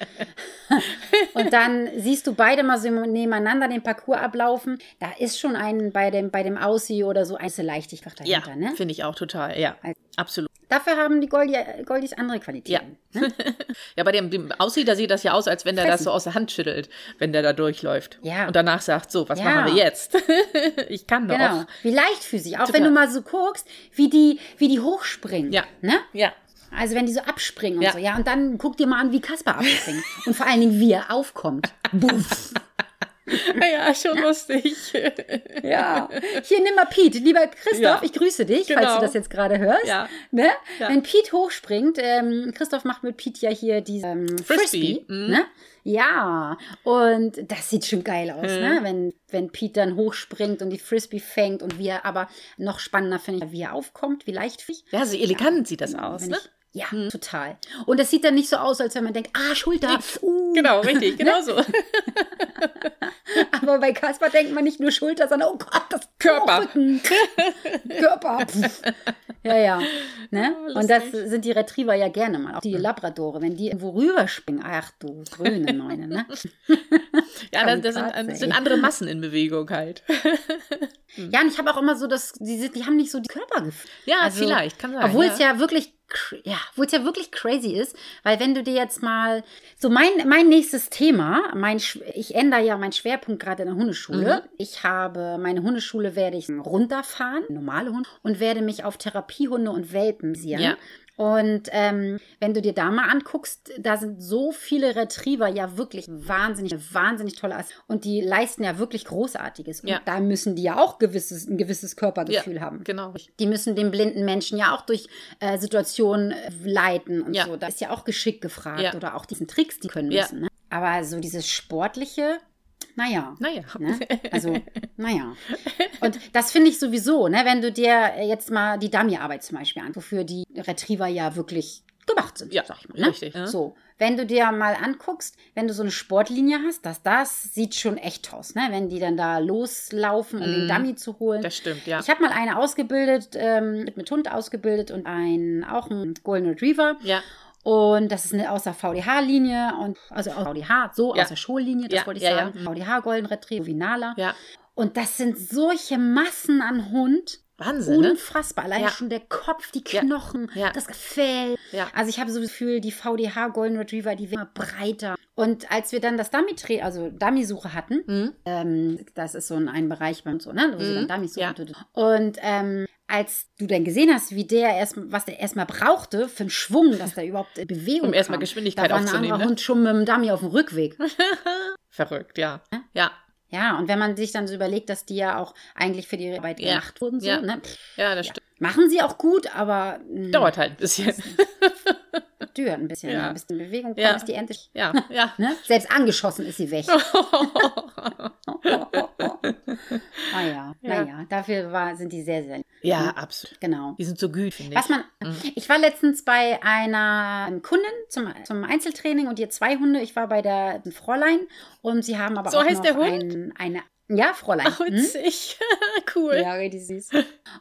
Und dann siehst du beide mal so nebeneinander den Parcours ablaufen. Da ist schon ein bei dem, bei dem Aussie oder so eine Leichtigkeit Ja, dahinter, ne? finde ich auch total. Ja, Also- absolut. Dafür haben die Goldie, Goldies andere Qualitäten. Ne? Ja, bei dem, dem Aussieht, da sieht das ja aus, als wenn der das Fressen. so aus der Hand schüttelt, wenn der da durchläuft. Ja. Und danach sagt, so, was Ja. machen wir jetzt? (laughs) ich kann doch. Genau. Wie leichtfüßig. Auch Total. wenn du mal so guckst, wie die, wie die hochspringen. Ja. Ne? Ja, (laughs) Also wenn die so abspringen und Ja. so. Ja, und dann guck dir mal an, wie Kasper (laughs) abspringt. und vor allen Dingen, wie er aufkommt. Buff. ja, schon lustig. Ja. Hier, nimm mal Pete. Lieber Christoph, Ja. ich grüße dich, falls Genau. du das jetzt gerade hörst. Ja. Ne? Ja. Wenn Pete hochspringt, ähm, Christoph macht mit Pete ja hier diese ähm, Frisbee. Frisbee, mhm. Ne? Ja, und das sieht schon geil aus, Mhm. ne? wenn, wenn Pete dann hochspringt und die Frisbee fängt und wie er aber noch spannender finde ich, wie er aufkommt, wie leichtfüßig. Ja, so elegant sieht das Genau, aus, Wenn ne? ich- Ja, total. Und das sieht dann nicht so aus, als wenn man denkt, ah, (laughs) Schulter. Uh. Genau, richtig, (laughs) genau so. Aber bei Kasper denkt man nicht nur Schulter, sondern oh Gott, das Körper. (laughs) Rücken. Körper. Pff. Ja, ja. Ne? Ah, Und das lustig. Mhm. sind die Retriever ja gerne mal. Auch die Labradore, wenn die irgendwo rüberspringen. Ach du grüne Neune, (laughs) ne? Ja, das, das sind, Kamikaze, das sind ey. andere Massen in Bewegung halt. Mhm. Ja, und ich habe auch immer so das, die, sind- die haben nicht so die Körpergefühl. Ja, vielleicht, kann sein, Also, Obwohl ja. es ja wirklich cr- ja, wo es ja wirklich crazy ist, weil wenn du dir jetzt mal so mein mein nächstes Thema, mein Sch- ich ändere ja meinen Schwerpunkt gerade in der Hundeschule. Mhm. Ich habe meine Hundeschule werde ich runterfahren, normale Hunde und werde mich auf Therapiehunde und Welpen basieren. Ja. Und ähm, wenn du dir da mal anguckst, da sind so viele Retriever ja wirklich wahnsinnig, wahnsinnig tolle Ass und die leisten ja wirklich Großartiges. Und Ja. da müssen die ja auch gewisses, ein gewisses Körpergefühl ja, haben. Genau. Die müssen den blinden Menschen ja auch durch äh, Situationen äh, leiten und Ja. so. Da ist ja auch Geschick gefragt Ja. oder auch diesen Tricks, die können Ja. müssen. Ne? Aber so dieses sportliche, naja. Naja. Ne? Also, naja. Und das finde ich sowieso, ne, wenn du dir jetzt mal die Dummy-Arbeit zum Beispiel an, wofür die Retriever ja wirklich gemacht sind, Ja, sag ich mal. Ne? richtig, ja. So, wenn du dir mal anguckst, wenn du so eine Sportlinie hast, das, das sieht schon echt aus, ne? Wenn die dann da loslaufen, um den Mm. Dummy zu holen. (laughs) Das stimmt, ja. Ich habe mal eine ausgebildet, ähm, mit- mit Hund ausgebildet und einen, auch einen Golden Retriever. ja. Und das ist eine außer VDH-Linie und also aus VDH, so Ja. aus der Schullinie, das Ja, wollte ich ja, ja. sagen. VDH, Golden Retriever, Vinala. Ja. Und das sind solche Massen an Hund. Wahnsinn, ne? Unfassbar. Allein Ja. schon der Kopf, die Ja. Knochen, Ja. das Fell. Ja. Also ich habe so das Gefühl, die VDH Golden Retriever, die werden immer breiter. Und als wir dann das Dummy-Tree, also Dummy-Suche hatten, Mhm. ähm, das ist so ein, ein Bereich beim so, ne, wo sie Mhm, dann Dummies ja. suchen. Und ähm, als du dann gesehen hast, wie der erst, was der erstmal brauchte für einen Schwung, dass der überhaupt in Bewegung Um erstmal kam, Geschwindigkeit da war ein aufzunehmen, anderer ne? Hund schon mit dem Dummy auf dem Rückweg. Verrückt, ja. Ne? Ja. Ja, und wenn man sich dann so überlegt, dass die ja auch eigentlich für die Arbeit Ja. gemacht wurden, so, Ja. ne? Pff, Ja, das stimmt. machen sie auch gut, aber mh, Dauert halt ein bisschen. Dürt ein bisschen, Ja. ne? ein bisschen in Bewegung, Ja. kommt, ist die Ente. Ja, ja. Ne? Selbst angeschossen ist sie weg. (laughs) (laughs) Naja, Ja. naja, dafür war, sind die sehr, sehr, (laughs) ja, absolut. genau. Die sind so gut, finde ich. Was man, ich war letztens bei einer ähm, Kundin zum, zum Einzeltraining und ihr zwei Hunde. Ich war bei der Fräulein und sie haben aber So auch noch heißt der Hund? Ein, eine, ja, Fräulein. Ach, hm? witzig. (laughs) cool. Ja, richtig süß.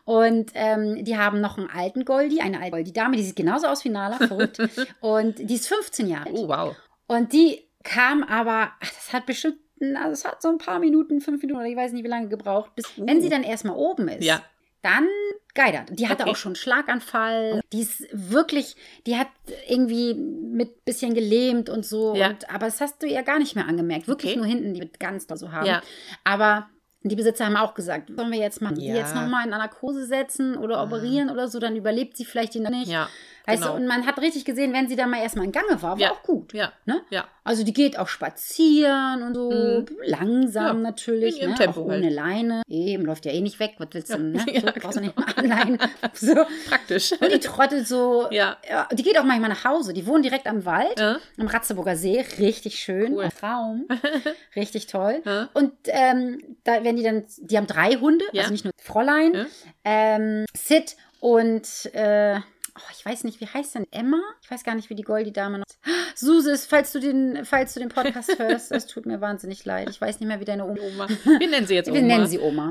Und ähm, die haben noch einen alten Goldie, eine alte Goldie-Dame, die sieht genauso aus wie Nala, (laughs) verrückt. Und die ist 15 Jahre alt. Oh, wow. Und die kam aber, ach, das hat bestimmt, na, das hat so ein paar Minuten, fünf Minuten oder ich weiß nicht wie lange gebraucht, bis, wenn sie dann erstmal oben ist Oh. Ja. dann geidert. Die hatte Okay. auch schon einen Schlaganfall. Die ist wirklich, die hat irgendwie mit bisschen gelähmt und so. Ja. Und, aber das hast du ihr gar nicht mehr angemerkt. Wirklich Okay. nur hinten, die mit ganz da so haben. Ja. Aber die Besitzer haben auch gesagt, sollen wir jetzt machen, die Ja. Ah. jetzt nochmal in Narkose setzen oder operieren oder so, dann überlebt sie vielleicht die noch nicht. Ja. Weißt genau. du, und man hat richtig gesehen, wenn sie dann mal erstmal in Gange war, war Ja. auch gut. Ja. Ne? Ja. Also die geht auch spazieren und so, Mhm. langsam Ja, natürlich, in ihrem ne? Tempo auch halt. ohne Leine. Eben, läuft ja eh nicht weg, was willst du, Ja, ne? So, (laughs) ja, brauchst du genau. nicht mal (laughs) anleihen. So. Praktisch. Und die trottelt so, (laughs) Ja. ja, die geht auch manchmal nach Hause, die wohnen direkt am Wald, Ja. am Ratzeburger See, richtig schön, Cool. ein (laughs) Traum, richtig toll. Ja. Und ähm, da, wenn die dann, die haben drei Hunde, Ja. also nicht nur Fräulein, Ja. ähm, Sid und äh, oh, ich weiß nicht, wie heißt denn Emma? Ich weiß gar nicht, wie die Goldie-Dame noch. Susis, falls du den, falls du den Podcast hörst, es tut mir wahnsinnig leid. Ich weiß nicht mehr, wie deine Oma. Oma. Wir nennen sie jetzt Oma. Wir nennen sie Oma.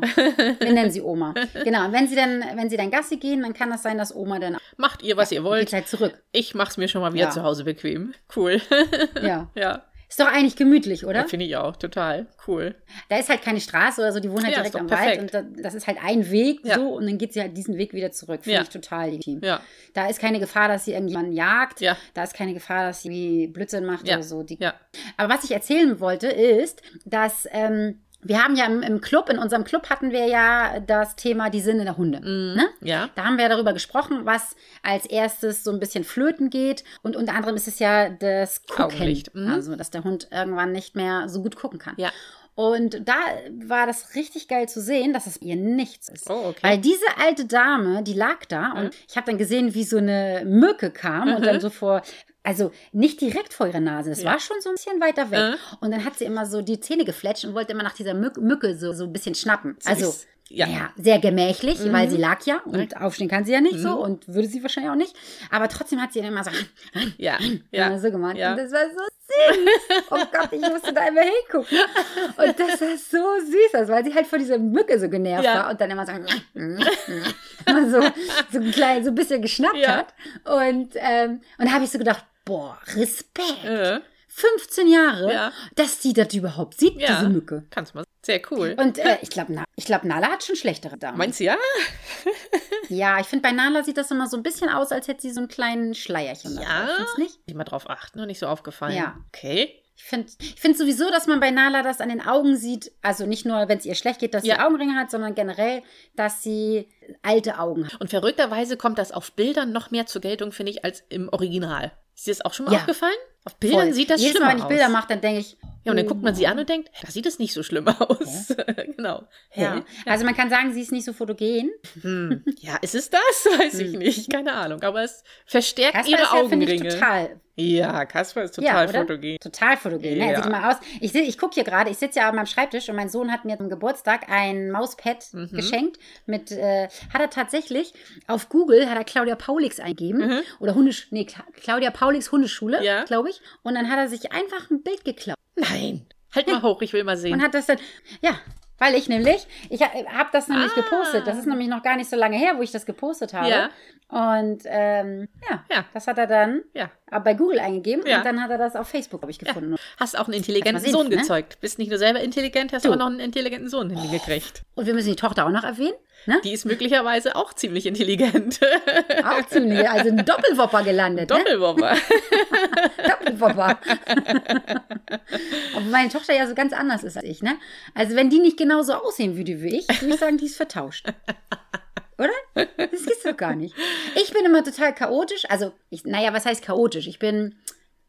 Wir nennen sie Oma. (laughs) Genau. Und wenn sie dann, wenn sie dann Gassi gehen, dann kann das sein, dass Oma dann Macht ihr, was ihr geht wollt. halt zurück. Ich mach's mir schon mal wieder Ja. zu Hause bequem. Cool. (laughs) Ja. ja. Ist doch eigentlich gemütlich, oder? Ja, Finde ich auch. Total. Cool. Da ist halt keine Straße oder so, die wohnen halt Ja, ist direkt doch am perfekt. Wald und da, das ist halt ein Weg Ja. so und dann geht sie halt diesen Weg wieder zurück. Finde Ja. ich total legitim. Ja. Da ist keine Gefahr, dass sie irgendjemanden jagt. Ja. Da ist keine Gefahr, dass sie irgendwie Blödsinn macht Ja. oder so. Die, Ja. Aber was ich erzählen wollte, ist, dass ähm, wir haben ja im, im Club, in unserem Club hatten wir ja das Thema die Sinne der Hunde. Ne? Mhm. Ja. Da haben wir darüber gesprochen, was als erstes so ein bisschen flöten geht. Und unter anderem ist es ja das Gucken. Augenlicht, mhm. Also, dass der Hund irgendwann nicht mehr so gut gucken kann. Ja. Und da war das richtig geil zu sehen, dass es ihr nichts ist. Oh, okay. Mhm. Weil diese alte Dame, die lag da und ich habe dann gesehen, wie so eine Mücke kam und dann so vor, also nicht direkt vor ihrer Nase, es war schon so ein bisschen weiter weg. Mhm. Und dann hat sie immer so die Zähne gefletscht und wollte immer nach dieser Mück- Mücke so, so ein bisschen schnappen. Also Ja. Mhm. ja. sehr gemächlich, weil sie lag ja und aufstehen kann sie ja nicht so und würde sie wahrscheinlich auch nicht. Aber trotzdem hat sie dann immer so, (laughs) Ja. ja. Ja. so gemacht. Ja. Und das war so süß. (laughs) Oh Gott, ich musste da immer hingucken. Und das war so süß, also, weil sie halt von dieser Mücke so genervt Ja. war und dann immer so, (laughs) immer so, so, ein klein, so ein bisschen geschnappt Ja. hat. Und, ähm, und da habe ich so gedacht, boah, Respekt. Äh. 15 Jahre, Ja. dass die das überhaupt sieht, Ja. diese Mücke. Kannst mal. Sehr cool. Und äh, ich glaube, Na ich glaub, Nala hat schon schlechtere Damen. Meinst du ja? Ja, ich finde, bei Nala sieht das immer so ein bisschen aus, als hätte sie so einen kleinen Schleierchen. da Ja. drauf. Findest du nicht? Ich mal drauf achten und nicht so aufgefallen. Ja. Okay. Ich finde ich find sowieso, dass man bei Nala das an den Augen sieht. Also nicht nur, wenn es ihr schlecht geht, dass Ja. sie Augenringe hat, sondern generell, dass sie alte Augen hat. Und verrückterweise kommt das auf Bildern noch mehr zur Geltung, finde ich, als im Original. Ist dir das auch schon mal Ja. aufgefallen? Auf Bildern Voll. sieht das Jedes schlimmer Mal, wenn ich Bilder aus. mache, dann denke ich. ja, und dann oh guckt man sie Mann. an und denkt, da sieht es nicht so schlimm aus. (laughs) genau. Ja. Also man kann sagen, sie ist nicht so fotogen. Hm. (laughs) Ja, ist es das? (laughs) Weiß ich Hm. nicht. Keine Ahnung. Aber es verstärkt Kasper ihre ist ja, finde ich, Augenringe. total, ja, Kasper ist Ja, total oder? fotogen. total fotogen. Ne? Ja. Er sieht immer aus. Ich, se- ich gucke hier gerade, ich sitze ja an meinem Schreibtisch und mein Sohn hat mir zum Geburtstag ein Mauspad Mhm. geschenkt. Mit, äh, hat er tatsächlich auf Google, hat er Claudia Paulix eingegeben. Mhm. Oder Hundesch nee, Cla Claudia Paulix Hundeschule, Ja. glaube ich. Und dann hat er sich einfach ein Bild geklaut. Nein. Halt mal hoch, ich will mal Und sehen. hat das dann, ja, weil ich nämlich, ich habe das nämlich Ah. gepostet. Das ist nämlich noch gar nicht so lange her, wo ich das gepostet habe. Ja. Und ähm, ja, Ja. das hat er dann Ja. äh, bei Google eingegeben Ja. und dann hat er das auf Facebook, glaube ich, gefunden. Hast auch einen intelligenten Lass mal sehen, Sohn ne? gezeugt. Bist nicht nur selber intelligent, hast Du. Oh. auch noch einen intelligenten Sohn hingekriegt. Und wir müssen die Tochter auch noch erwähnen. Ne? Die ist möglicherweise auch (laughs) ziemlich intelligent. (laughs) Auch ziemlich, also ein Doppelwopper gelandet. Ne? Doppelwopper. Doppelwopper. (laughs) Obwohl meine Tochter ja so ganz anders ist als ich, ne? Also wenn die nicht genauso aussehen würde wie ich, würde ich sagen, die ist vertauscht. Oder? Das gibt's doch gar nicht. Ich bin immer total chaotisch. Also, ich, naja, was heißt chaotisch? Ich bin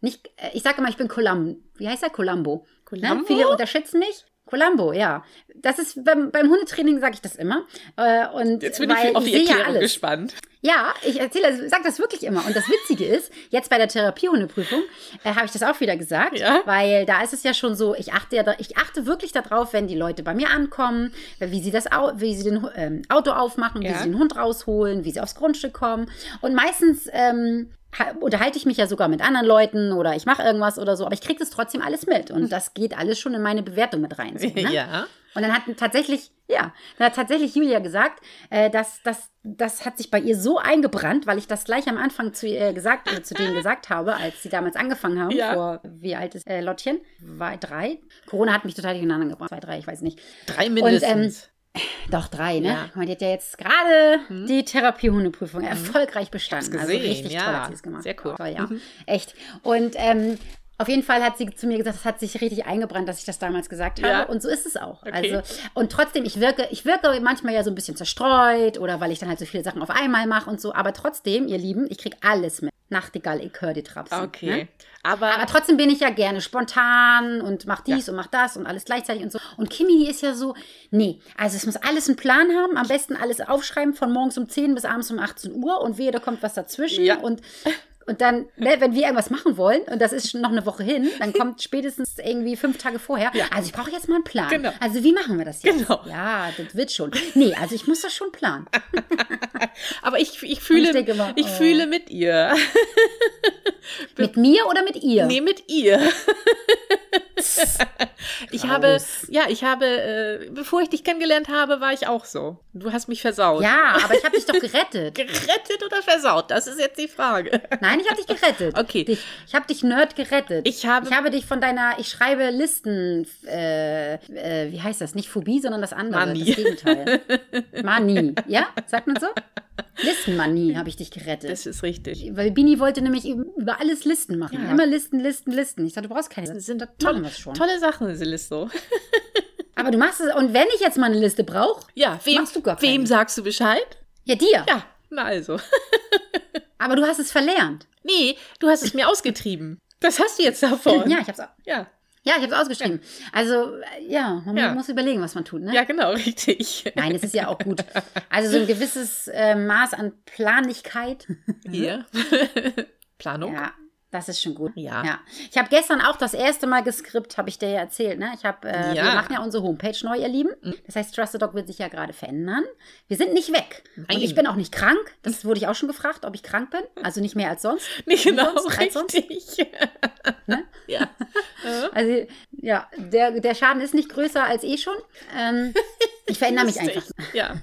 nicht, äh, ich sage immer, ich bin Columbo. Wie heißt er? Columbo. Ne? Columbo? Viele unterschätzen mich. Columbo, ja. Das ist beim, beim Hundetraining sage ich das immer. Äh, und Jetzt bin weil ich auf die sehe ja Erklärung alles. gespannt. Ja, ich erzähle, also sag das wirklich immer. Und das Witzige ist, jetzt bei der Therapiehundeprüfung äh, habe ich das auch wieder gesagt, Ja. weil da ist es ja schon so, ich achte ja, da- ich achte wirklich darauf, wenn die Leute bei mir ankommen, wie sie das, Au- wie sie den Hu- ähm, Auto aufmachen, wie Ja. sie den Hund rausholen, wie sie aufs Grundstück kommen. Und meistens ähm, ha- unterhalte ich mich ja sogar mit anderen Leuten oder ich mache irgendwas oder so, aber ich kriege das trotzdem alles mit. (laughs) Und das geht alles schon in meine Bewertung mit rein. So, (laughs) ne? Ja. Und dann hat tatsächlich, ja, dann hat tatsächlich Julia gesagt, äh, dass das, das hat sich bei ihr so eingebrannt, weil ich das gleich am Anfang zu ihr gesagt, äh, zu denen gesagt habe, als sie damals angefangen haben, Ja. vor wie alt ist äh, Lottchen? War drei? Corona hat mich total durcheinander gebracht. Zwei, drei, ich weiß nicht. Drei mindestens. Doch, drei, ne? Ja. Hm? Mhm. Guck mal, die hat ja jetzt gerade die Therapiehundeprüfung erfolgreich bestanden. hab's also gesehen, richtig ja. toll hat sie es gemacht. Sehr cool. Mhm. Toll, ja. Echt. Und ähm, auf jeden Fall hat sie zu mir gesagt, das hat sich richtig eingebrannt, dass ich das damals gesagt habe. Ja. Und so ist es auch. Okay. Also, und trotzdem, ich wirke, ich wirke manchmal ja so ein bisschen zerstreut oder weil ich dann halt so viele Sachen auf einmal mache und so. Aber trotzdem, ihr Lieben, ich krieg alles mit. Nachtigall, ich höre die Trapsen. Ne? okay. Aber, Aber trotzdem bin ich ja gerne spontan und mach dies und mach das und alles gleichzeitig und so. Und Kimi die ist ja so, nee, also es muss alles einen Plan haben, am besten alles aufschreiben von morgens um 10 bis abends um 18 Uhr und wehe, da kommt was dazwischen Ja. und und dann, ne, wenn wir irgendwas machen wollen, und das ist schon noch eine Woche hin, dann kommt spätestens irgendwie fünf Tage vorher. Also ich brauche jetzt mal einen Plan. Genau. Also wie machen wir das jetzt? Genau. Ja, das wird schon. Nee, also ich muss das schon (laughs) planen. aber ich, ich, ich fühle, ich, denke immer, oh. fühle mit ihr. Mit mir oder mit ihr? Nee, mit ihr. ich habe, ja, ich habe, äh, bevor ich dich kennengelernt habe, war ich auch so. Du hast mich versaut. Ja, aber ich habe dich doch gerettet. Gerettet oder versaut? Das ist jetzt die Frage. Nein, ich habe dich gerettet. (laughs) Okay. Dich, ich habe dich Nerd gerettet. Ich habe- ich habe dich von deiner, ich schreibe Listen, äh, äh, wie heißt das? Nicht Phobie, sondern das andere. Manie. Das Gegenteil. (laughs) Manie. Ja? Sagt man so? Listenmanie habe ich dich gerettet. Das ist richtig. weil Bini wollte nämlich über alles Listen machen. Ja. Immer Listen, Listen, Listen. Ich sagte, du brauchst keine Listen. sind das tolle- machen wir schon. Tolle Sachen, Silisso. Aber du machst es. Und wenn ich jetzt mal eine Liste brauche, Ja, wem, Machst du gar keine. wem sagst du Bescheid? ja dir. Ja, na also. Aber du hast es verlernt. Nee, du hast es mir ausgetrieben. Das hast du jetzt (laughs) davon. Ja, ich hab's. au- Ja, Ja, ich hab's ausgeschrieben. Also äh, ja, man Ja. muss überlegen, was man tut. Ne? ja, genau, richtig. Nein, es ist ja auch gut. Also so ein gewisses äh, Maß an Planigkeit. Hier. (laughs) Planung. Ne? Ja, das ist schon gut. Ja. Ich habe gestern auch das erste Mal geskript, habe ich dir ja erzählt. Ne? Ich hab, äh, Ja. Mhm. Wir machen ja unsere Homepage neu, ihr Lieben. Das heißt, Trust the Dog wird sich ja gerade verändern. Wir sind nicht weg. Nein. Und ich bin auch nicht krank. Das wurde ich auch schon gefragt, ob ich krank bin. Also nicht mehr als sonst. Nee, genau, sonst, als sonst. richtig. (laughs) Ne? Ja. Also ja, der, der Schaden ist nicht größer als eh schon. Ähm, ich verändere (laughs) mich Lustig. einfach. Ja,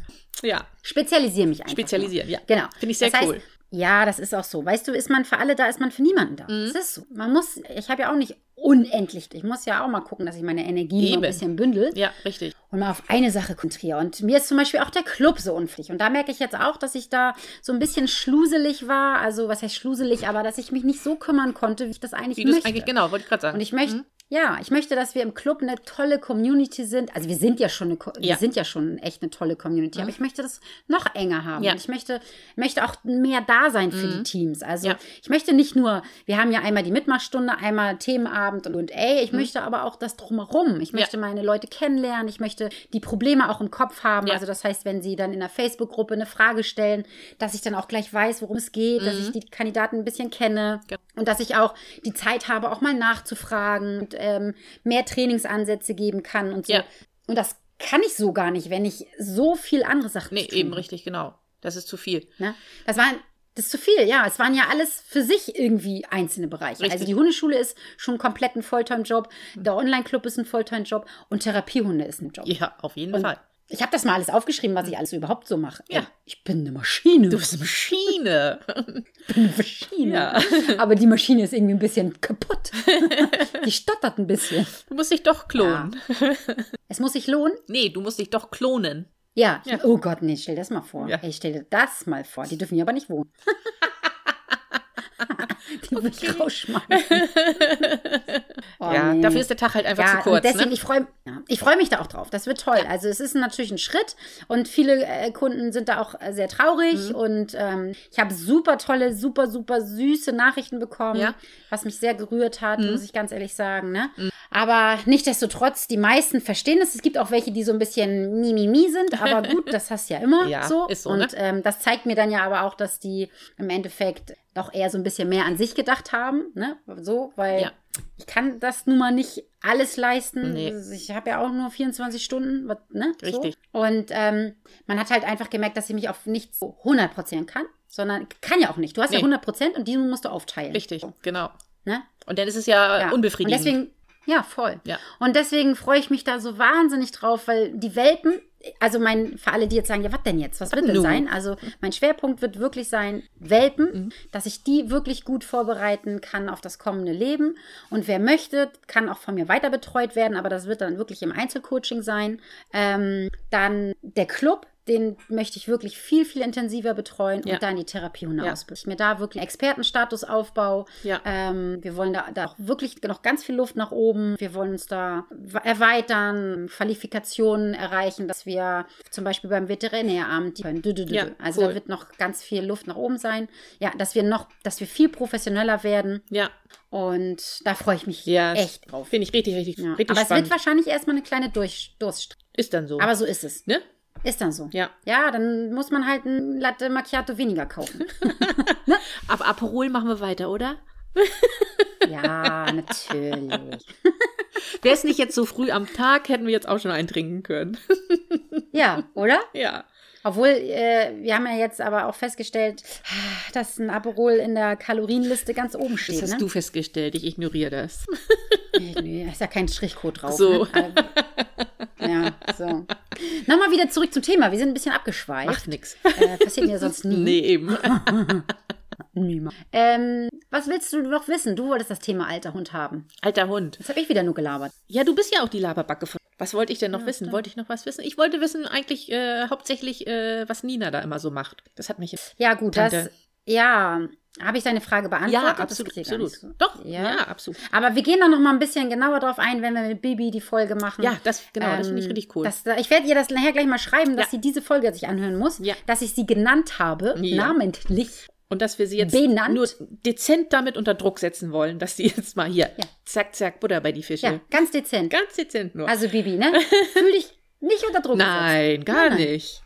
ja. Spezialisiere mich einfach. Spezialisieren, ja. Genau. Finde ich sehr das heißt, cool. Mhm. Ja, das ist auch so. Weißt du, ist man für alle da, ist man für niemanden da. Das ist so. Man muss, ich habe ja auch nicht unendlich. Ich muss ja auch mal gucken, dass ich meine Energie noch ein Eben. bisschen bündel Ja, richtig. und mal auf eine Sache konzentriere. Und mir ist zum Beispiel auch der Club so unfähig. Und da merke ich jetzt auch, dass ich da so ein bisschen schluselig war. Also, was heißt schluselig, aber dass ich mich nicht so kümmern konnte, wie ich das eigentlich Wie du möchte. es eigentlich, genau, wollte ich gerade sagen. Und ich möchte, ja, ich möchte, dass wir im Club eine tolle Community sind. Also wir sind ja schon eine, Co- wir Ja. Hm? sind ja schon echt eine tolle Community, aber ich möchte das noch enger haben. Ja. Hm. Und ich möchte, möchte auch mehr da sein für die Teams. Also Ja. ich möchte nicht nur, wir haben ja einmal die Mitmachstunde, einmal Themenabend und, und ey, Hm. ich möchte aber auch das drumherum. Ich möchte meine Leute kennenlernen, ich möchte die Probleme auch im Kopf haben. Ja. Also das heißt, wenn sie dann in der Facebook-Gruppe eine Frage stellen, dass ich dann auch gleich weiß, worum es geht, dass Hm. ich die Kandidaten ein bisschen kenne. Genau. Und dass ich auch die Zeit habe, auch mal nachzufragen und ähm, mehr Trainingsansätze geben kann und so. Ja. Und das kann ich so gar nicht, wenn ich so viel andere Sachen Nee, zu tun eben habe, richtig, genau. Das ist zu viel. Ne? Das waren das ist zu viel, ja. Es waren ja alles für sich irgendwie einzelne Bereiche. Richtig. Also die Hundeschule ist schon komplett ein Volltime-Job, der Online-Club ist ein Volltime-Job und Therapiehunde ist ein Job. Ja, auf jeden Und- Fall. Ich habe das mal alles aufgeschrieben, was ich alles so überhaupt so mache. Ja. Ey, Ich bin eine Maschine. Du bist eine Maschine. Ich bin eine Maschine. (laughs) Ja. Aber die Maschine ist irgendwie ein bisschen (laughs) kaputt. die stottert ein bisschen. Du musst dich doch klonen. Es muss sich lohnen. Nee, du musst dich doch klonen. Ja. Ja. Oh Gott, nee, stell dir das mal vor. Ja. Ey, stell dir das mal vor. Die dürfen hier aber nicht (laughs) wohnen. (laughs) die würde ich (laughs) rausschmeißen. Oh, ja, nee. dafür ist der Tag halt einfach ja, zu kurz. und deswegen, ne? ich freue ja, ich freu mich da auch drauf. Das wird toll. Also es ist natürlich ein Schritt und viele äh, Kunden sind da auch äh, sehr traurig Mhm. und ähm, ich habe super tolle, super, super süße Nachrichten bekommen, Ja. Mhm. was mich sehr gerührt hat, muss ich ganz ehrlich sagen. Ne? Aber nichtsdestotrotz, die meisten verstehen es. Es gibt auch welche, die so ein bisschen mimimi sind, (laughs) aber gut, das hast du ja immer Ja, so. ist so, und ne? ähm, das zeigt mir dann ja aber auch, dass die im Endeffekt doch eher so ein bisschen mehr an sich gedacht haben, ne? So, weil Ja. ich kann das nun mal nicht alles leisten. Nee. Also Ich habe ja auch nur 24 Stunden, was- ne? Richtig. So. Und ähm, man hat halt einfach gemerkt, dass ich mich auf nichts so 100% kann, sondern kann ja auch nicht. Du hast ja Nee. 100% und die musst du aufteilen. Richtig, So, genau. ne? Und dann ist es ja, Ja. unbefriedigend. Und deswegen, ja, voll. Ja. Und deswegen freue ich mich da so wahnsinnig drauf, weil die Welpen, also mein, für alle, die jetzt sagen, ja, was denn jetzt? Was wird denn nun? sein? Also mein Schwerpunkt wird wirklich sein, Welpen, Mhm. dass ich die wirklich gut vorbereiten kann auf das kommende Leben. Und wer möchte, kann auch von mir weiter betreut werden, aber das wird dann wirklich im Einzelcoaching sein. Ähm, dann der Club. Den möchte ich wirklich viel, viel intensiver betreuen Ja. und dann die Therapiehunde Ja. ausbilden. Ich mir da wirklich einen Expertenstatus aufbaue, Ja. ähm, wir wollen da, da auch wirklich noch ganz viel Luft nach oben. Wir wollen uns da w- erweitern, Qualifikationen erreichen, dass wir zum Beispiel beim Veterinäramt die können. Dü, dü, dü, Ja, dü. also da cool. wird noch ganz viel Luft nach oben sein. Ja, dass wir noch, dass wir viel professioneller werden. ja, Und da freue ich mich Ja, echt drauf. finde ich richtig, richtig, Ja. richtig Aber es wird spannend. wahrscheinlich erstmal eine kleine Durch Durststrecke. ist dann so. Aber so ist es. ne? Ist dann so. Ja. Ja, dann muss man halt ein Latte Macchiato weniger kaufen. (laughs) Ab Aperol machen wir weiter, oder? ja, natürlich. Wäre es nicht jetzt so früh am Tag, hätten wir jetzt auch schon eintrinken können. (laughs) Ja, oder? ja. Obwohl, äh, wir haben ja jetzt aber auch festgestellt, dass ein Aperol in der Kalorienliste ganz oben steht. Das hast ne? du festgestellt. Ich ignoriere das. Nee, nee, da ist ja kein Strichcode drauf. So. Ne? Aber- ja, so. Nochmal wieder zurück zum Thema. Wir sind ein bisschen abgeschweift. Macht nix. (laughs) Hm? Äh, passiert mir sonst nie. Nee, eben. Niemals. Ähm, was willst du noch wissen? Du wolltest das Thema alter Hund haben. (laughs) Alter Hund. Jetzt habe ich wieder nur gelabert. Ja, du bist ja auch die Laberbacke von. Was wollte ich denn noch wissen? Wollte ich noch was wissen? Ich wollte wissen eigentlich äh, hauptsächlich, äh, was Nina da immer so macht. Das hat mich Ja, gut, das. Tante. Ja, habe ich deine Frage beantwortet? Ja, Das absolut, geht gar absolut. nicht so. Doch, Ja. ja, Hm. ja absolut. Aber wir gehen da noch mal ein bisschen genauer drauf ein, wenn wir mit Bibi die Folge machen. Ja, das genau, das finde ich Ähm, richtig cool. Das, ich werde ihr das nachher gleich mal schreiben, dass Ja. sie diese Folge sich anhören muss, Ja. dass ich sie genannt habe, Ja. namentlich. Und dass wir sie jetzt Benannt. nur dezent damit unter Druck setzen wollen, dass sie (laughs) jetzt mal hier Ja. zack, zack, Butter bei die Fische. Ja, ganz dezent. Ganz dezent nur. also Bibi, (laughs) ne? Fühl dich nicht unter Druck Nein, Nein, gar nein. nicht.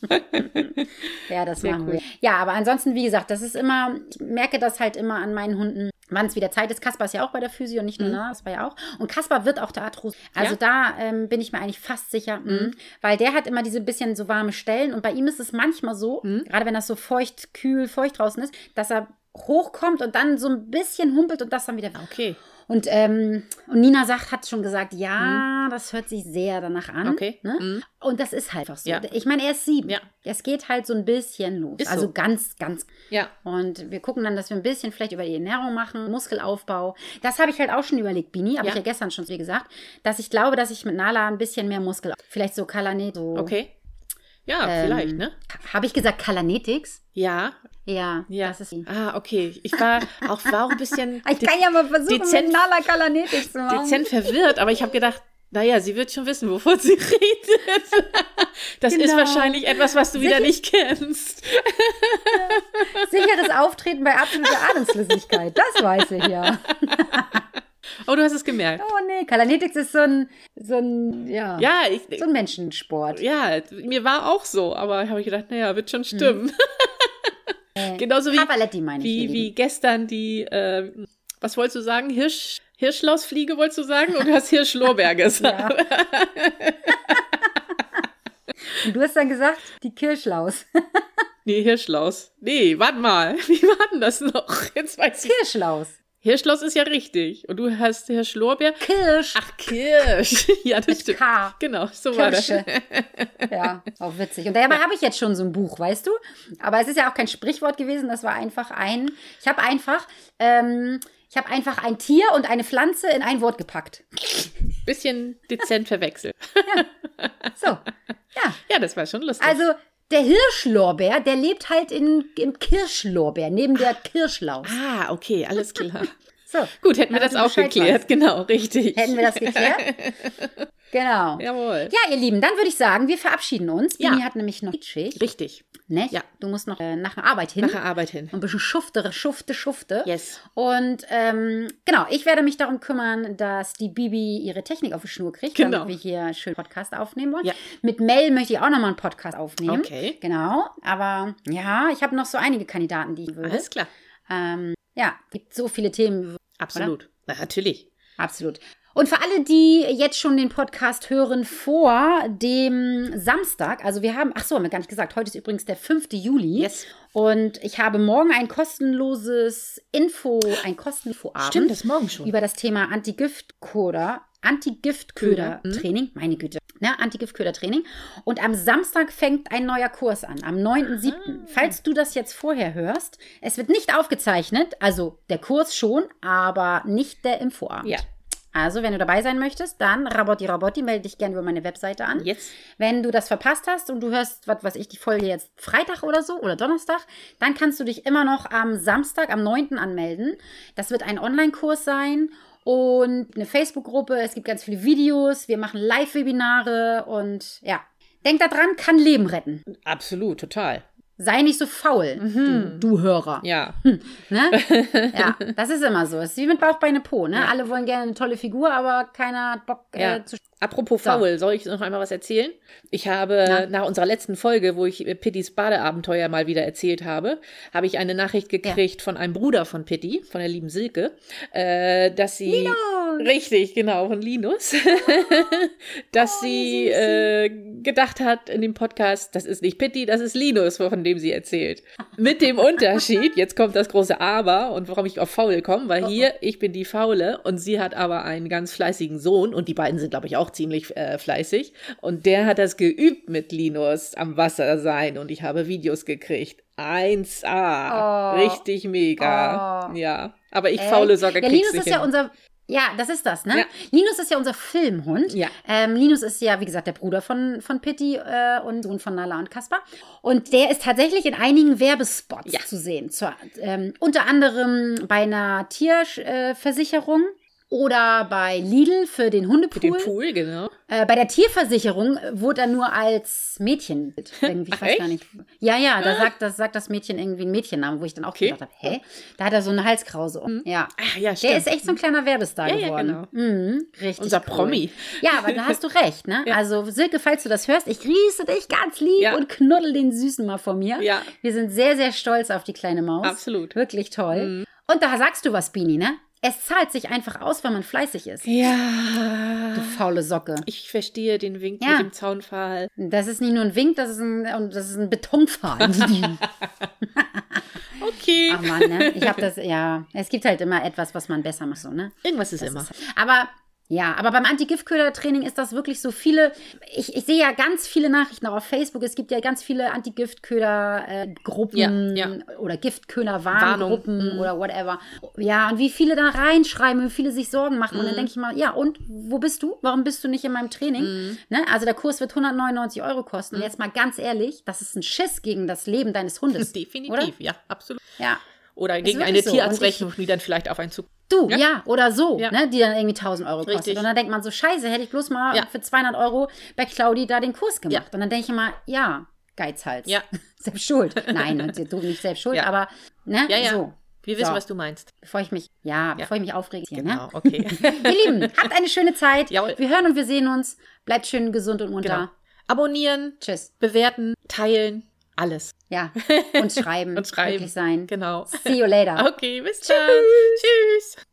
gesetzt. Ja, das Sehr machen cool. wir. Ja, aber ansonsten, wie gesagt, das ist immer, ich merke das halt immer an meinen Hunden, wann es wieder Zeit ist. Kaspar ist ja auch bei der Physio, nicht nur nah, das war ja auch. Und Kaspar wird auch der Arthrose. Also Mhm. Ja? Mhm. da ähm, bin ich mir eigentlich fast sicher, mh, weil der hat immer diese bisschen so warme Stellen und bei ihm ist es manchmal so, Mhm. gerade wenn das so feucht, kühl, feucht draußen ist, dass er hochkommt und dann so ein bisschen humpelt und das dann wieder. Okay. Und, ähm, und Nina sagt, hat schon gesagt, ja, das hört sich sehr danach an. Mhm. Okay. Ne? Mhm. Und das ist halt einfach so. Ja. Ich meine, er ist sieben. Ja. Es geht halt so ein bisschen los. Ist also so. ganz, ganz. Ja. Und wir gucken dann, dass wir ein bisschen vielleicht über die Ernährung machen, Muskelaufbau. Das habe ich halt auch schon überlegt, Bini, habe Ja. ich ja gestern schon zu dir gesagt, dass ich glaube, dass ich mit Nala ein bisschen mehr Muskel, vielleicht so Kalanet, so, Okay. Ja, ähm, vielleicht, ne? Habe ich gesagt Kalanetics? Ja, Ja, ja. das ist ah, okay. Ich war auch war auch ein bisschen (laughs) Ich de kann ja mal versuchen, dezent- mit Nala Kalanetics zu machen. dezent verwirrt, aber ich habe gedacht, naja, sie wird schon wissen, wovon sie (laughs) redet. Das ist Genau. wahrscheinlich etwas, was du wieder Sicher- nicht kennst. (laughs) Sicheres Auftreten bei absoluter Ahnungslosigkeit, das weiß ich (laughs) ja. Aber du hast es gemerkt. Oh nee, Kalanetics ist so ein, so ein, ja, Ja, ich, so ein Menschensport. ja, mir war auch so, aber habe ich gedacht, naja, wird schon stimmen. Mhm. (laughs) Äh, Genauso wie, Cavaletti meine ich. ihr wie, Lieben. wie gestern die, ähm, was wolltest du sagen? Hirsch, Hirschlausfliege wolltest du sagen und du (laughs) hast Hirschlorbeer (laughs) gesagt. Ja. Und du hast dann gesagt, die Kirschlaus. Nee, Hirschlaus. Nee, warte mal. (laughs) Wie war denn das noch? Jetzt weiß ich. Kirschlaus. Hirschlaus ist ja richtig. Und du hast Hirschlorbeer. Kirsch. Ach, Kirsch. (laughs) Ja, das mit stimmt. K. Genau, so war Kirsche. das. Ja, auch witzig. Und dabei habe ich jetzt schon so ein Buch, weißt du? Aber es ist ja auch kein Sprichwort gewesen, das war einfach ein. Ich habe einfach, ähm, ich habe einfach ein Tier und eine Pflanze in ein Wort gepackt. (laughs) Bisschen dezent verwechselt. (laughs) So. Ja. Ja, das war schon lustig. Also der Hirschlorbeer, der lebt halt in, im Kirschlorbeer, neben der Kirschlaus. ah, okay, alles klar. (laughs) So. Gut, hätten wir Damit das du auch Bescheid geklärt. weißt. Genau, richtig. Hätten wir das (laughs) geklärt? Genau. Jawohl. Ja, ihr Lieben, dann würde ich sagen, wir verabschieden uns. Ja. Bini hat nämlich noch Schicht, Richtig. ne? Ja. Du musst noch äh, nach der Arbeit hin. Nach der Arbeit hin. ein bisschen schufte, schufte, schufte. Yes. Und ähm, genau, ich werde mich darum kümmern, dass die Bibi ihre Technik auf die Schnur kriegt, Genau. damit wir hier schön Podcast aufnehmen wollen. Ja. Mit Mel möchte ich auch nochmal einen Podcast aufnehmen. Okay. Genau, aber ja, ich habe noch so einige Kandidaten, die ich würde. Alles klar. Ähm, ja, gibt so viele Themen, Absolut. Na, natürlich. absolut. Und für alle, die jetzt schon den Podcast hören vor dem Samstag, also wir haben, ach so, haben wir gar nicht gesagt, heute ist übrigens der 5. Juli. Yes. Und ich habe morgen ein kostenloses Info, ein Kosteninfoabend Stimmt, das ist morgen schon. über das Thema Anti-Gift-Köder, Mhm. Anti-Gift-Köder-Training, meine Güte, ne, Anti-Gift-Köder-Training. Und am Samstag fängt ein neuer Kurs an, am 9.7. Ah. Falls du das jetzt vorher hörst, es wird nicht aufgezeichnet, also der Kurs schon, aber nicht der Infoabend. Ja. Also, wenn du dabei sein möchtest, dann Rabotti Rabotti, melde dich gerne über meine Webseite an. Jetzt. Wenn du das verpasst hast und du hörst, was weiß ich, die Folge jetzt Freitag oder so oder Donnerstag, dann kannst du dich immer noch am Samstag, am 9. anmelden. Das wird ein Online-Kurs sein und eine Facebook-Gruppe. Es gibt ganz viele Videos. Wir machen Live-Webinare und ja. Denk da dran, kann Leben retten. Absolut, total. Sei nicht so faul, du, du Hörer. Mhm. Ja. Ne? (laughs) ja, das ist immer so. Es ist wie mit Bauch, Beine, Po. Ne? Alle wollen gerne eine tolle Figur, aber keiner hat Bock Ja. äh, zu Apropos So. faul, soll ich noch einmal was erzählen? Ich habe Na? nach unserer letzten Folge, wo ich äh, Pittys Badeabenteuer mal wieder erzählt habe, habe ich eine Nachricht gekriegt von einem Bruder von Pitti, von der lieben Silke, äh, dass sie. Richtig, genau, von Linus. (laughs) Oh, dass sie äh, gedacht hat in dem Podcast, das ist nicht Pitti, das ist Linus, von dem sie erzählt. Mit dem Unterschied, jetzt kommt das große Aber und warum ich auf faul komme, Oh, weil hier, ich bin die Faule und sie hat aber einen ganz fleißigen Sohn und die beiden sind, glaube ich, auch ziemlich äh, fleißig. Und der hat das geübt mit Linus am Wasser sein und ich habe Videos gekriegt. 1A. Oh. Richtig mega. Oh. Ja. Aber ich Echt? faule Socke Ja, krieg's Linus nicht ist ja hin. unser. Ja, das ist das, ne? Ja. Linus ist ja unser Filmhund. Ja. Ähm, Linus ist ja, wie gesagt, der Bruder von, von Pitti äh, und Sohn von Nala und Kaspar. Und der ist tatsächlich in einigen Werbespots Ja. zu sehen. Zur, ähm, unter anderem bei einer Tierversicherung äh, Versicherung oder bei Lidl für den Hundepool. Mit dem Pool, genau. Äh, bei der Tierversicherung wurde er nur als (laughs) Mädchen irgendwie, ich weiß gar nicht. Ja, ja, da sagt das, sagt das Mädchen irgendwie einen Mädchennamen, wo ich dann auch Ah. Okay. gedacht habe, hä? Da hat er so eine Halskrause. um. Ja. Ah, ja, Der ist echt so ein kleiner Werbestar Ja, ja, geworden. genau. Mhm, richtig. Unser cool. Promi. Ja, aber da hast du recht, (laughs) ne? Also, Silke, falls du das hörst, ich grüße dich ganz lieb Ja. und knuddel den Süßen mal von mir. Ja. Wir sind sehr, sehr stolz auf die kleine Maus. Absolut. Wirklich toll. Und da sagst du was, Bini, ne? Es zahlt sich einfach aus, wenn man fleißig ist. Ja. Du faule Socke. Ich verstehe den Wink Ja. mit dem Zaunpfahl. (laughs) Das ist nicht nur ein Wink, das ist ein, und das ist ein Betonpfahl. okay. Ach man, ne? Ich habe das, ja. Es gibt halt immer etwas, was man besser macht, so, ne? Irgendwas ist Das immer. Ist, aber ja, aber beim Anti-Giftköder-Training ist das wirklich so viele. Ich, ich sehe ja ganz viele Nachrichten auch auf Facebook. Es gibt ja ganz viele Anti-Giftköder-Gruppen Ja, mhm. ja. oder Giftköder-Warngruppen oder whatever. Ja, und wie viele da reinschreiben, wie viele sich Sorgen machen. Mhm. Und dann denke ich mal, ja, und wo bist du? Warum bist du nicht in meinem Training? Mhm. Ne? Also der Kurs wird 199 Euro kosten. Und jetzt mal ganz ehrlich, das ist ein Schiss gegen das Leben deines (laughs) Hundes. Definitiv, Oder? ja, absolut. Ja. Oder gegen wirklich eine so. Und Tierarztrechnung, die dann vielleicht auf einen Zug. Du, Ja. ja, oder so, Ja. Ne, die dann irgendwie 1000 Euro kostet. Richtig. Und dann denkt man so, scheiße, hätte ich bloß mal Ja. für 200 Euro bei Claudi da den Kurs gemacht. Ja. Und dann denke ich immer, ja, Geizhals. Ja. (laughs) Selbst schuld. Nein, du nicht selbst schuld, Ja. aber ne, Ja, ja. so. Wir wissen, So. was du meinst. Bevor ich mich, ja, bevor ich mich aufrege. hier, Genau, Ne? okay. (laughs) Ihr (laughs) Lieben, habt eine schöne Zeit. Jawohl. Wir hören und wir sehen uns. Bleibt schön gesund und munter. genau. Abonnieren, Tschüss. bewerten, teilen, alles. (laughs) Ja. Und schreiben. Und schreiben. Wirklich sein. Genau. (laughs) See you later. Okay, bis dann. Tschüss.